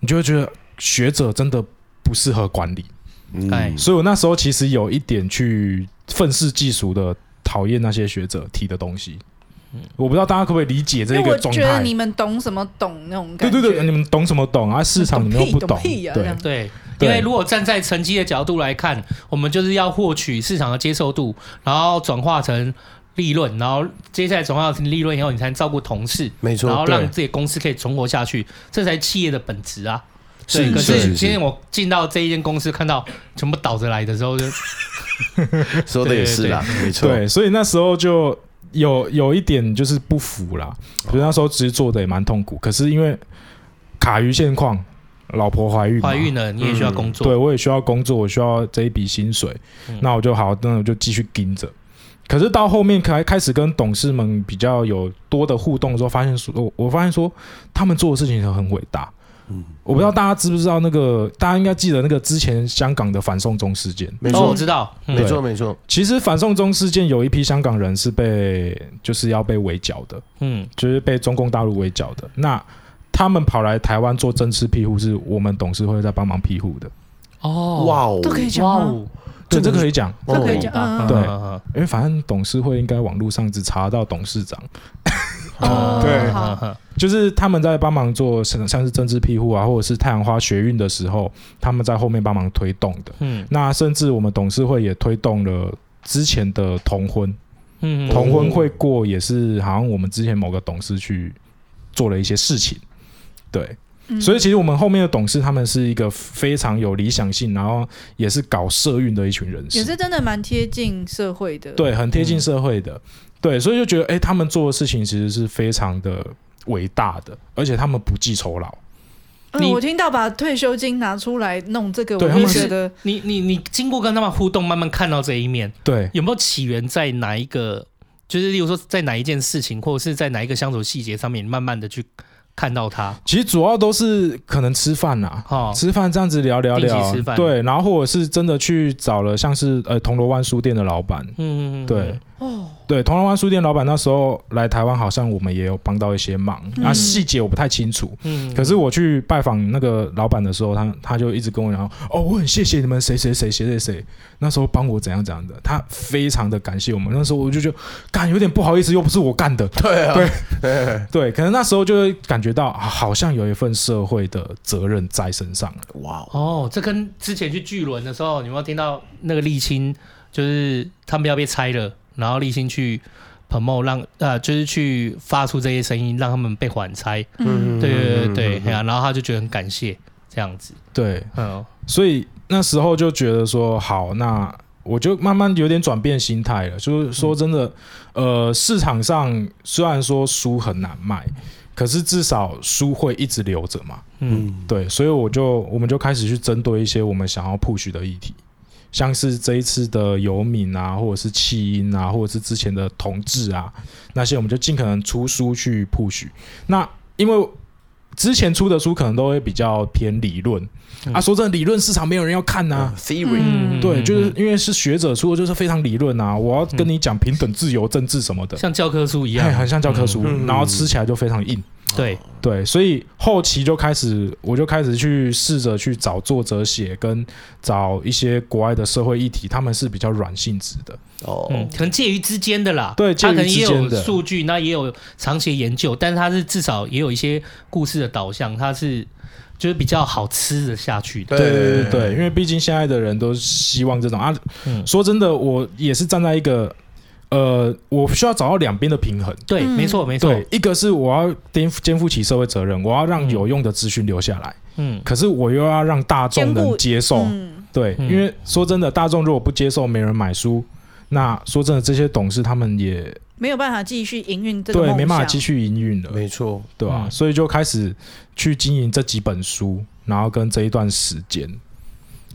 你就会觉得学者真的不适合管理。嗯哎所以我那时候其实有一点去愤世嫉俗的讨厌那些学者提的东西。我不知道大家可不可以理解这因一为哎我个状觉得态你。们懂什么懂那种对感觉。对对，你们懂什么懂啊？市场你们又不懂屁呀、啊这对样，对，对因为如果站在成绩的角度来看，我们就是要获取市场的接受度，然后转化成利润，然后接下来转化成利润以后，你才能照顾同事，没错然后对让自己的公司可以存活下去，这才是企业的本质啊。对是可是是今天是，我进到这一间公司，看到全部倒着来的时候就，哎说的也是啦，没错，对，所以那时候就有有一点就是不服啦，所以那时候其实做的也蛮痛苦，可是因为卡于现况，老婆怀孕，怀孕。了，你也需要工嗯作。对，我也需要工作，我需要这一笔薪水，嗯那我就好，那我就继续盯着。可是到后面开开始跟董事们比较有多的互动的时候，发现说，我我发现说他们做的事情很伟大。嗯我不知道大家知不知道那个，大家应该记得那个之前香港的反送中事件。没哦，我错，知道，嗯没错，没错，其实反送中事件有一批香港人是被就是要被围剿的，嗯，就是被中共大陆围剿的。那他们跑来台湾做正式庇护，是我们董事会在帮忙庇护的，哦，哇哦都，可以讲哇吗？哦，这真的这是可以讲，这可以讲，嗯嗯嗯嗯对嗯嗯因为反正董事会应该网络上只查到董事长，哦对嗯好嗯就是他们在帮忙做像像是政治庇护啊，或者是太阳花学运的时候，他们在后面帮忙推动的。嗯那甚至我们董事会也推动了之前的同婚，嗯，同婚会过也是好像我们之前某个董事去做了一些事情，对。嗯所以其实我们后面的董事他们是一个非常有理想性，然后也是搞社运的一群人士，也是真的蛮贴近社会的。对，很贴嗯近社会的，对，所以就觉得哎、诶他们做的事情其实是非常的伟大的，而且他们不计酬劳，嗯，你我听到把退休金拿出来弄这个，我对他就们觉是得你你你经过跟他们互动，慢慢看到这一面，对，有没有起源在哪一个？就是例如说，在哪一件事情，或者是在哪一个相处细节上面，你慢慢的去看到它。其实主要都是可能吃饭啦、哦吃饭这样子聊聊定期聊吃，饭对，然后或者是真的去找了像是呃铜锣湾书店的老板，嗯，嗯嗯对，哦，对，铜锣湾书店老板那时候来台湾，好像我们也有帮到一些忙，那、嗯细节我不太清楚。嗯可是我去拜访那个老板的时候，他他就一直跟我讲，哦，我很谢谢你们谁谁谁谁谁谁，那时候帮我怎样怎样的，他非常的感谢我们。那时候我就觉得，干有点不好意思，又不是我干的，对啊，对对， 对，可能那时候就会感觉到，啊好像有一份社会的责任在身上了。哇哦，哦，这跟之前去巨轮的时候，你有没有听到那个沥青，就是他们要被拆了，然后沥青去 promote 让呃，就是去发出这些声音，让他们被缓拆。嗯，对对对对，嗯哎呀、然后他就觉得很感谢这样子。对，嗯，所以那时候就觉得说，好，那我就慢慢有点转变心态了。就是说真的，呃，市场上虽然说书很难卖，可是至少书会一直留着嘛。嗯，对，所以我就我们就开始去针对一些我们想要 push 的议题，像是这一次的游民啊，或者是弃婴啊，或者是之前的同志啊那些，我们就尽可能出书去 push。那因为之前出的书可能都会比较偏理论、嗯啊，说真的，理论市场没有人要看呐、啊。 ，theory，嗯对，就是因为是学者出的，就是非常理论啊。我要跟你讲平等、自由、政治什么的，像教科书一样嘿，很像教科书，嗯然后吃起来就非常硬。对，对，所以后期就开始，我就开始去试着去找作者写，跟找一些国外的社会议题，他们是比较软性质的。哦，嗯，可能介于之间的啦，对他可能也介于之间有的数据，那也有长期研究，但是他是至少也有一些故事的导向，他是就是比较好吃的下去的。对对对对，因为毕竟现在的人都希望这种啊。嗯说真的，我也是站在一个，呃，我需要找到两边的平衡。对，嗯没错没错，对，一个是我要肩负肩负起社会责任，我要让嗯有用的资讯留下来，嗯，可是我又要让大众兼顾能接受。嗯对，嗯因为说真的，大众如果不接受，没人买书，那说真的，这些董事他们也没有办法继续营运这个对梦没办法想继续营运了，没错，对吧、嗯所以就开始去经营这几本书，然后跟这一段时间。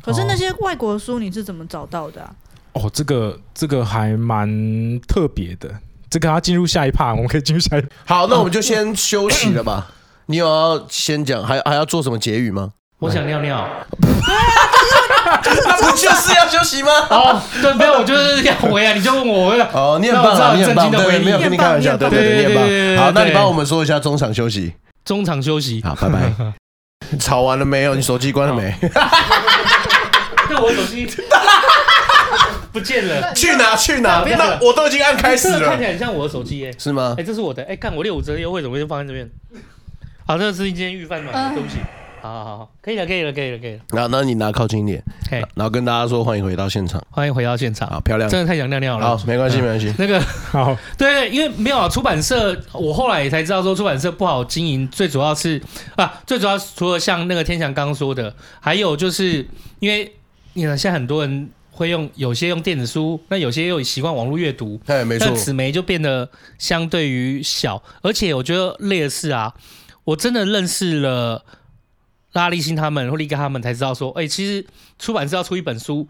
可是那些外国书你是怎么找到的啊？哦，这个这个还蛮特别的。这个要进入下一趴，我们可以进入下一。 好，那我们就先休息了 吧。你有要先讲，还还要做什么结语吗？我想尿尿。 那不就是要休息吗？哦，对，没有，我就是要回啊来，你就问我，我想 哦，你很棒啊，那我你知很道棒，正经的回对，应没有跟你开玩笑，对念棒对对，你念棒很对对对棒。好，那对你帮我们说一下中场休息。中场休息。好，拜拜。 吵完了没有？你手机关了没？那我手机不见了。 去哪去哪？不要那我都已经按开始这个看了 起，来很像我的手机耶、是吗哎、？这是我的。哎、看我六五折优惠，怎么会放在这边？好，这是一间预饭哎嘛，对不起。好好好好，可以了，可以了，可以了，可以了。那那你拿靠近一点，嘿，然后跟大家说欢迎回到现场，欢迎回到现好场。漂亮，真的太想尿尿了。嗯好没关系没关系，那个，好，对对，因为没有啊，出版社，我后来也才知道说出版社不好经营，最主要是啊，最主要是除了像那个天翔刚刚说的，还有就是因为你看现在很多人会用，有些用电子书，那有些又习惯网络阅读，哎没错那，纸媒就变得相对于小，而且我觉得累的是啊，我真的认识了拉力星他们或力哥他们，才知道说，哎、其实出版社要出一本书，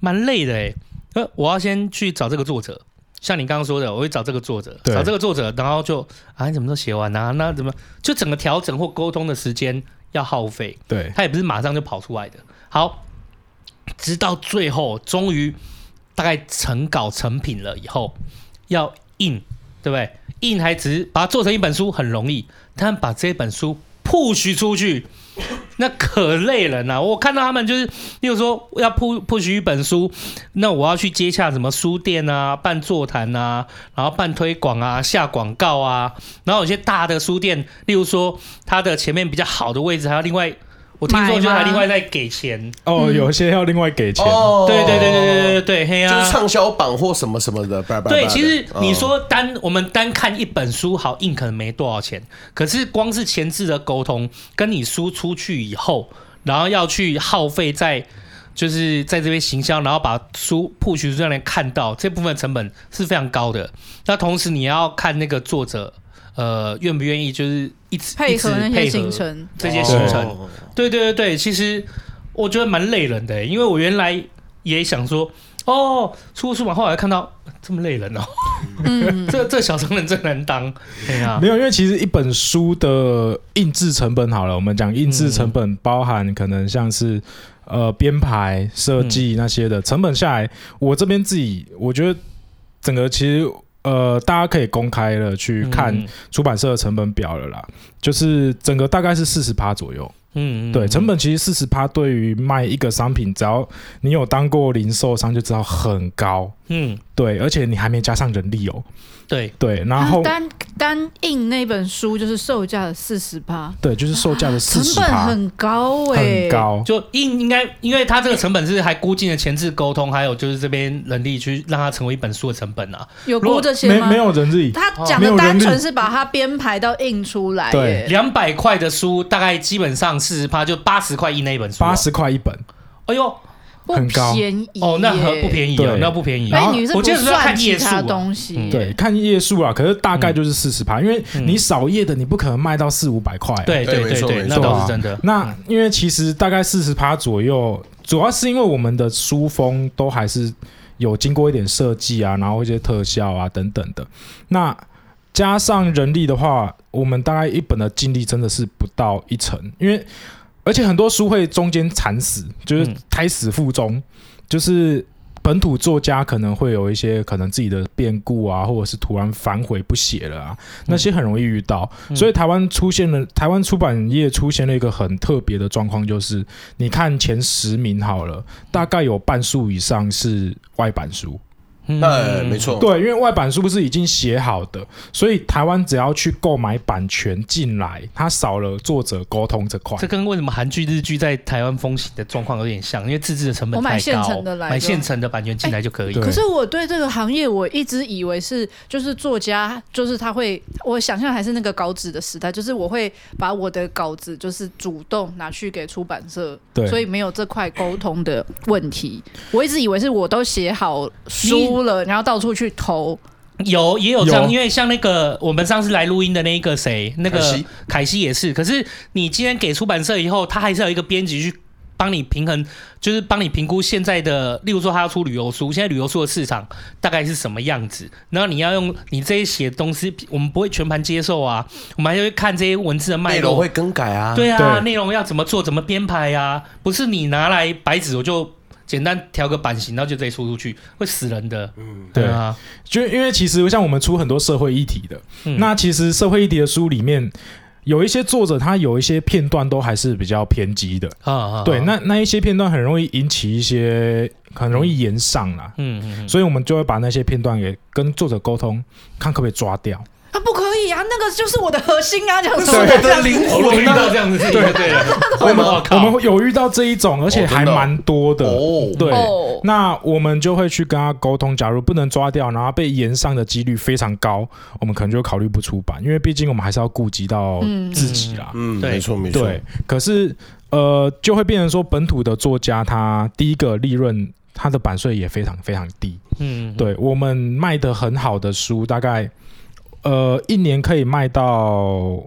蛮累的哎、呃，我要先去找这个作者，像你刚刚说的，我会找这个作者，对找这个作者，然后就啊，你怎么都写完啊？那怎么就整个调整或沟通的时间要耗费？对，他也不是马上就跑出来的。好，直到最后，终于大概成稿成品了以后，要印，对不对？印还只是把它做成一本书很容易，但把这本书 push 出去，那可累人呐、我看到他们就是，例如说要 push push 一本书，那我要去接洽什么书店啊、办座谈啊，然后办推广啊、下广告啊，然后有些大的书店，例如说它的前面比较好的位置，还要另外。我听说就是还另外再给钱，嗯哦，有些要另外给钱，哦对对对对对对对，嘿啊，就是畅销榜或什么什么的，叭叭叭的对，其实你哦说单、我们单看一本书好印可能没多少钱，可是光是前置的沟通，跟你书出去以后，然后要去耗费在就是在这边行销，然后把书 push 出来看到这部分成本是非常高的。那同时你要看那个作者。呃，愿不愿意就是一直配一直合那些配合行 程，这些行程，哦对对对对，其实我觉得蛮累人的欸，因为我原来也想说，哦，出书嘛，后来看到这么累人哦， 嗯，这这小商人真难当，哎呀没，有，因为其实一本书的印制成本好了，我们讲印制成本包含可能像是呃编排、设计那些的成本下来，我这边自己我觉得整个其实呃大家可以公开的去看嗯出版社的成本表了啦，就是整个大概是四十趴左右。嗯，嗯对，成本其实四十趴对于卖一个商品，只要你有当过零售商就知道很高。嗯，对，而且你还没加上人力哦。对，对，然他后啊单单印那本书就是售价的四十趴，对，就是售价的四成十本趴，很高哎、很。高。就应应该，因为他这个成本是还估计了前置沟通，还有就是这边人力去让它成为一本书的成本啊，有如估果这些没吗？没。有人力，他讲的单纯是把它编排到印出来、对耶两百块的书大概基本上四十趴就八十块一那一本书啊，八十块一本，哎呦，不很高便宜耶哦，那很不便宜哦，对那不便宜，哎，你是我不记得是要算看其页数他啊东西耶、嗯对，看页数啊，可是大概就是四十趴，因为嗯你少页的你不可能卖到四五百块啊。对对对没对错对，没那错倒啊是真的。那因为其实大概四十趴左右，主要是因为我们的书风都还是有经过一点设计啊，然后一些特效啊等等的。那加上人力的话，我们大概一本的净利真的是不到一成，因为而且很多书会中间惨死，就是嗯胎死腹中，就是。本土作家可能会有一些可能自己的变故啊，或者是突然反悔不写了啊，那些很容易遇到。嗯所以台湾出现了，台湾出版业出现了一个很特别的状况，就是你看前十名好了，大概有半数以上是外版书。嗯哎没错，对，因为外版书是已经写好的，所以台湾只要去购买版权进来，它少了作者沟通这块这。跟为什么韩剧、日剧在台湾风行的状况有点像，因为自制的成本我哦买太现高，成的来的买现成的版权进来就可以。对可是我对这个行业，我一直以为是就是作家，就是他会，我想象还是那个稿纸的时代，就是我会把我的稿子就是主动拿去给出版社，对所以没有这块沟通的问题。我一直以为是我都写好书了，然后到处去投，有也有这样，有因为像那个我们上次来录音的那一个谁，那凯个西凯西也是。可是你今天给出版社以后，他还是要有一个编辑去帮你平衡，就是帮你评估现在的，例如说他要出旅游书，现在旅游书的市场大概是什么样子，然后你要用你这些写东西，我们不会全盘接受啊，我们还会看这些文字的脉内络容会更改啊，对啊，对内容要怎么做，怎么编排呀、不是你拿来白纸我就简单调个版型，然后就直接输出去，会死人的。对啊，就因为其实像我们出很多社会议题的，嗯那其实社会议题的书里面，有一些作者他有一些片段都还是比较偏激的，啊啊，对，那那一些片段很容易引起一些，很容易延上啦，嗯嗯，所以我们就会把那些片段给跟作者沟通，看可不可以抓掉。啊，不可以啊，那个就是我的核心啊，这样我说。的灵魂遇到这样子事情，对对了，我们我们会有遇到这一种，而且哦真还的哦蛮多的。哦对，哦那我们就会去跟他沟通，假如不能抓掉，然后被延上的几率非常高，我们可能就考虑不出版，因为毕竟我们还是要顾及到自己啦。嗯，对没错没错，对，可是呃，就会变成说本土的作家他第一个利润，他的版税也非常非常低。嗯，对我们卖的很好的书，大概呃一年可以卖到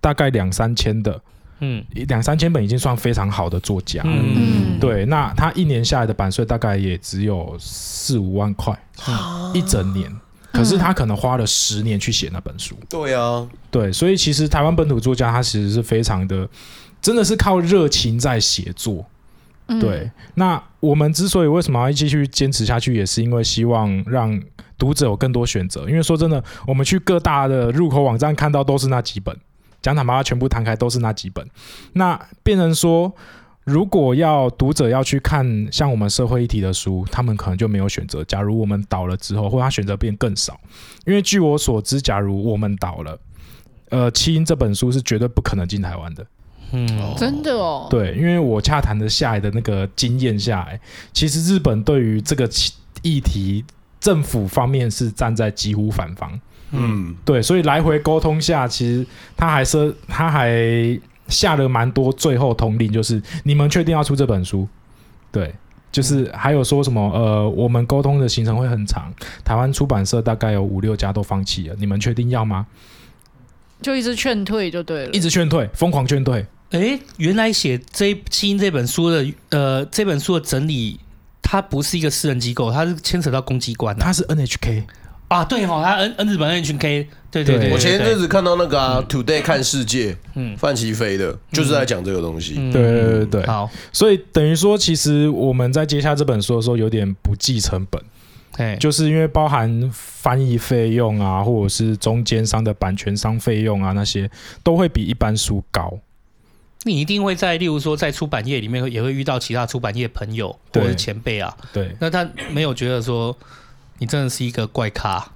大概两三千的，嗯两三千本已经算非常好的作家。嗯，对，那他一年下来的版税大概也只有四五万块，嗯一整年。可是他可能花了十年去写那本书，对啊，对，所以其实台湾本土作家他其实是非常的，真的是靠热情在写作。嗯对，那我们之所以为什么要继续坚持下去，也是因为希望让读者有更多选择。因为说真的，我们去各大的入口网站看到都是那几本，讲坦白话，全部摊开都是那几本。那变成说，如果要读者要去看像我们社会议题的书，他们可能就没有选择。假如我们倒了之后，或他选择变更少，因为据我所知，假如我们倒了。呃，《弃婴》这本书是绝对不可能进台湾的，嗯，真的哦。对，因为我洽谈的下来的那个经验下来，其实日本对于这个其议题，政府方面是站在几乎反方，嗯，对，所以来回沟通下，其实他还是他还下了蛮多最后通令，就是你们确定要出这本书，对。嗯就是还有说什么呃，我们沟通的行程会很长，台湾出版社大概有五六家都放弃了，你们确定要吗？就一直劝退就对了。一直劝退，疯狂劝退，哎，原来写这《基因》这本书的，呃，这本书的整理，它不是一个私人机构，它是牵扯到公机关的他是 NHK，啊，对哈，它 N N 日本 N 群 K，对对对，我前一阵子，子看到那个啊，Today 看世界，嗯范奇飞的，就是在讲这个东西，嗯对对对对，好，所以等于说，其实我们在接下这本书的时候，有点不计成本，哎，就是因为包含翻译费用啊，或者是中间商的版权商费用啊，那些都会比一般书高。你一定会在，例如说在出版业里面也会遇到其他出版业朋友或对者是前辈啊，对，那他没有觉得说你真的是一个怪咖，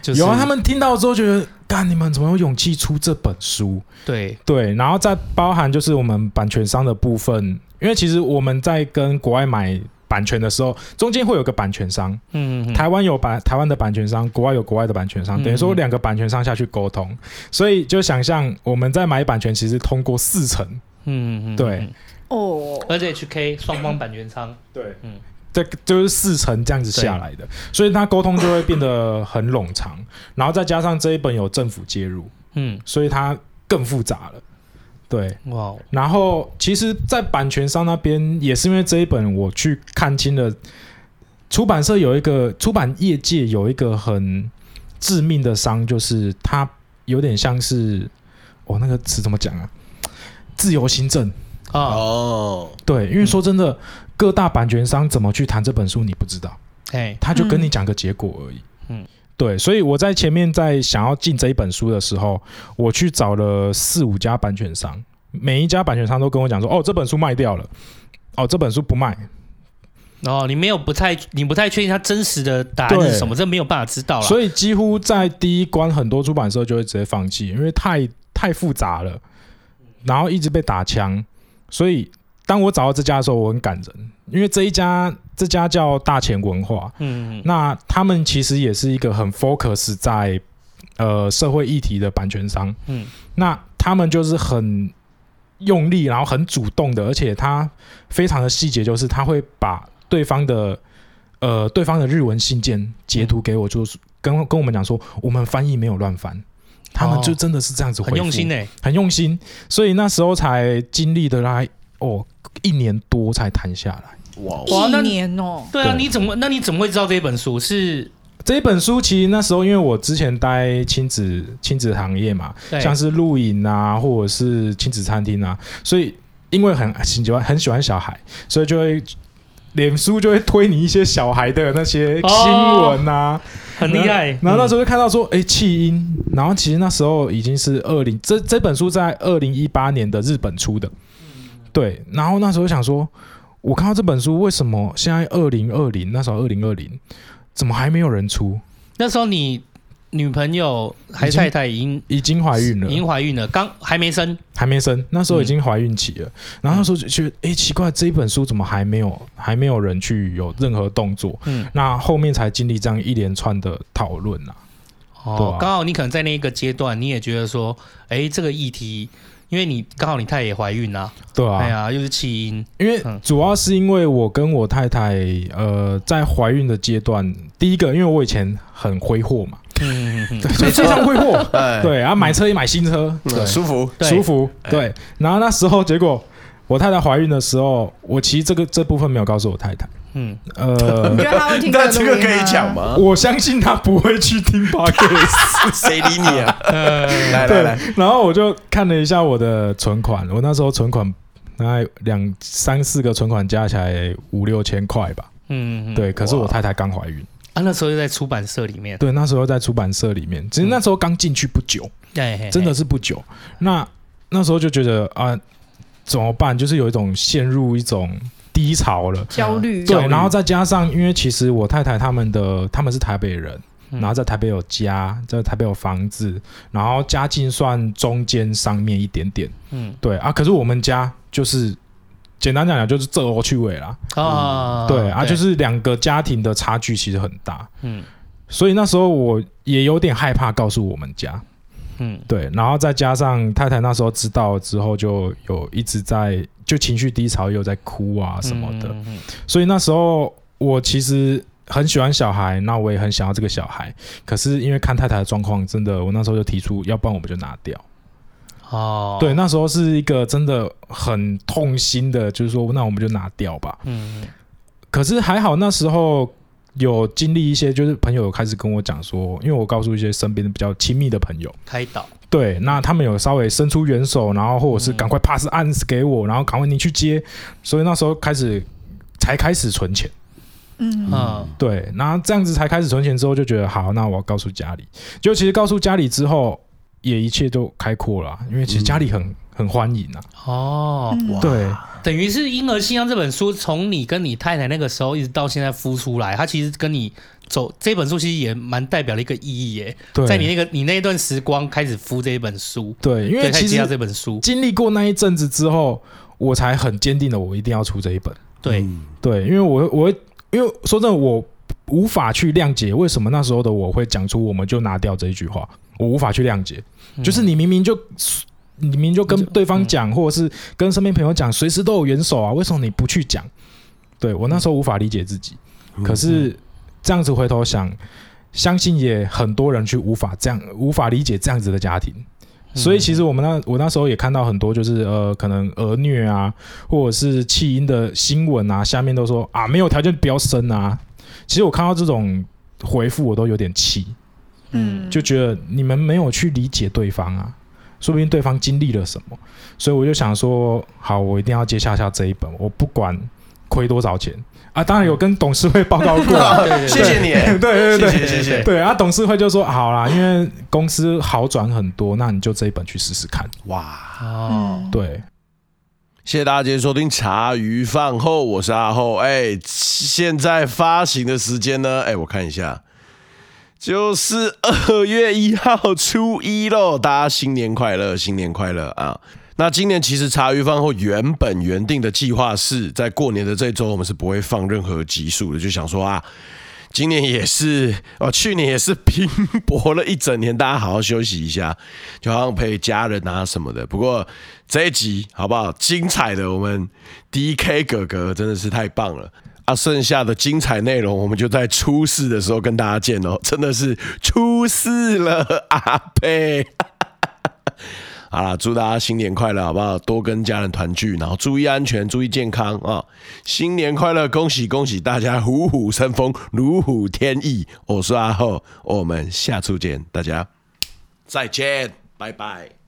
就是有啊，他们听到之后觉得，干你们怎么有勇气出这本书？对，对，然后再包含就是我们版权商的部分，因为其实我们在跟国外买版权的时候，中间会有个版权商，嗯，嗯台湾有版台湾的版权商，国外有国外的版权商，等于说嗯两个版权商下去沟通，所以就想象我们在买版权，其实通过四层，嗯嗯，对哦，而且 H K 双方版权仓，对，嗯嗯，这就是四层这样子下来的，所以它沟通就会变得很冗长，然后再加上这一本有政府介入，嗯，所以它更复杂了，对，哇，哦然后其实，在版权商那边也是因为这一本，我去看清了，出版社有一个出版业界有一个很致命的伤，就是它有点像是我、哦、那个词怎么讲啊？自由新政。啊，哦，对，因为说真的，各大版权商怎么去谈这本书，你不知道，哎，他就跟你讲个结果而已。嗯嗯，对，所以我在前面在想要进这一本书的时候，我去找了四五家版权商，每一家版权商都跟我讲说，哦，这本书卖掉了，哦，这本书不卖，然哦后你没有不太，你不太确定他真实的答案是什么，这没有办法知道了，以所以几乎在第一关，很多出版社就会直接放弃，因为太太复杂了，然后一直被打枪。所以当我找到这家的时候，我很感人，因为这一家这家叫大前文化，嗯，嗯那他们其实也是一个很 focus 在呃社会议题的版权商，嗯嗯，那他们就是很用力，然后很主动的，而且他非常的细节，就是他会把对方的呃对方的日文信件截图给我，就是跟跟我们讲说，我们翻译没有乱翻。他们哦就真的是这样子回复、很用心欸呢，很用心，所以那时候才经历的来哦，一年多才谈下来。哇哦，哇那一你年哦，对啊，对你怎么，那你怎么会知道这本书是？这一本书其实那时候，因为我之前待亲子亲子行业嘛，对像是露营啊，或者是亲子餐厅啊，所以因为很喜欢很喜欢小孩，所以就会脸书就会推你一些小孩的那些新闻啊，哦很厉害。然后那时候就看到说，哎、弃婴。然后其实那时候已经是二零，这这本书在二零一八年的日本出的。对，然后那时候想说，我看到这本书为什么现在二零二零，那时候二零二零，怎么还没有人出？那时候你女朋友还是太太已经已经怀孕了，已经怀孕了，刚还没生，还没生，那时候已经怀孕期嗯了。然后那时候就觉得，哎、奇怪，这一本书怎么还没有还没有人去有任何动作？嗯，那后面才经历这样一连串的讨论啊。对哦啊，刚、好你可能在那一个阶段，你也觉得说，哎、这个议题，因为你刚好你太太也怀孕啦、对哎啊，呀、又是弃婴，因为嗯主要是因为我跟我太太，呃，在怀孕的阶段，第一个，因为我以前很挥霍嘛，嗯，嗯嗯对，所以非常挥霍，哎，对，然后买车也买新车，嗯，舒服，对舒服，对。然后那时候结果我太太怀孕的时候，我其实这个这部分没有告诉我太太，嗯，呃 你，觉得他会 听那个这录个音可以吗讲？吗？我相信她不会去听 podcast。谁理你啊？ 呃，来来对来，，然后我就看了一下我的存款，我那时候存款大概两三四个存款加起来五六千块吧。嗯，嗯对，可是我太太刚怀孕，啊，那时候就在出版社里面，对，那时候在出版社里面，其实那时候刚进去不久，哎，嘿真的，是不久。那那时候就觉得啊，怎么办？就是有一种陷入一种低潮了。焦虑，对虑，然后再加上，因为其实我太太他们的他们是台北人，嗯然后在台北有家，在台北有房子，然后家境算中间上面一点点，嗯对啊。可是我们家就是简单讲讲就是这我趣味啦，啊，对啊，就是两个家庭的差距其实很大，嗯所以那时候我也有点害怕告诉我们家，嗯对，然后再加上太太那时候知道之后，就有一直在就情绪低潮，又在哭啊什么的，，嗯嗯嗯所以那时候我其实很喜欢小孩，那我也很想要这个小孩，可是因为看太太的状况，真的我那时候就提出，要不然我们就拿掉。哦，对，，那时候是一个真的很痛心的，就是说那我们就拿掉吧。嗯可是还好那时候。有经历一些，就是朋友开始跟我讲说，因为我告诉一些身边的比较亲密的朋友，开导，对，那他们有稍微伸出援手，然后或者是嗯赶快 pass 案子给我，然后赶快你去接，所以那时候开始才开始存钱，嗯，嗯，对，然后这样子才开始存钱之后就觉得好，那我要告诉家里，就其实告诉家里之后也一切都开阔了啊、因为其实家里很、很欢迎啊，哦，嗯对等于是《婴儿信箱》这本书，从你跟你太太那个时候一直到现在孵出来，它其实跟你走这本书其实也蛮代表了一个意义耶，对，在你那个你那一段时光开始孵这一本书，对，因为对，开其始接到实这本书，经历过那一阵子之后，我才很坚定的我一定要出这一本。对，嗯对，因为我我因为说真的，我无法去谅解为什么那时候的我会讲出我们就拿掉这一句话，我无法去谅解。就是你明明就你明明就跟对方讲，或者是跟身边朋友讲，随时都有援手啊，为什么你不去讲？对我那时候无法理解自己，可是这样子回头想，相信也很多人去无法这样无法理解这样子的家庭。所以其实我们那我那时候也看到很多就是呃可能儿虐啊，或者是弃婴的新闻啊，下面都说啊没有条件不要生啊。其实我看到这种回复我都有点气，嗯，就觉得你们没有去理解对方啊，说不定对方经历了什么。所以我就想说，好，我一定要接下下这一本，我不管亏多少钱啊。当然有跟董事会报告过啊， 对对对谢谢你，对对对对谢谢谢谢，对啊，董事会就说好啦，因为公司好转很多，那你就这一本去试试看。哇！哦，嗯，对，谢谢大家今天收听茶余饭后，我是阿后。哎，现在发行的时间呢？哎，我看一下，就是二月一号初一喽。大家新年快乐，新年快乐啊！那今年其实茶余饭后原本原定的计划是在过年的这周，我们是不会放任何集数的，就想说啊，今年也是哦，去年也是 拼搏了一整年，大家好好休息一下，就好像陪家人啊什么的。不过这一集好不好？精彩的，我们 DK 哥哥真的是太棒了。啊，剩下的精彩内容我们就在初四的时候跟大家见哦，真的是初四了，阿佩。 好啦，祝大家新年快乐，好不好？多跟家人团聚，然后注意安全，注意健康啊、新年快乐，恭喜恭喜大家，虎虎生风，如虎添翼。我是阿厚，我们下次见，大家再见，拜拜。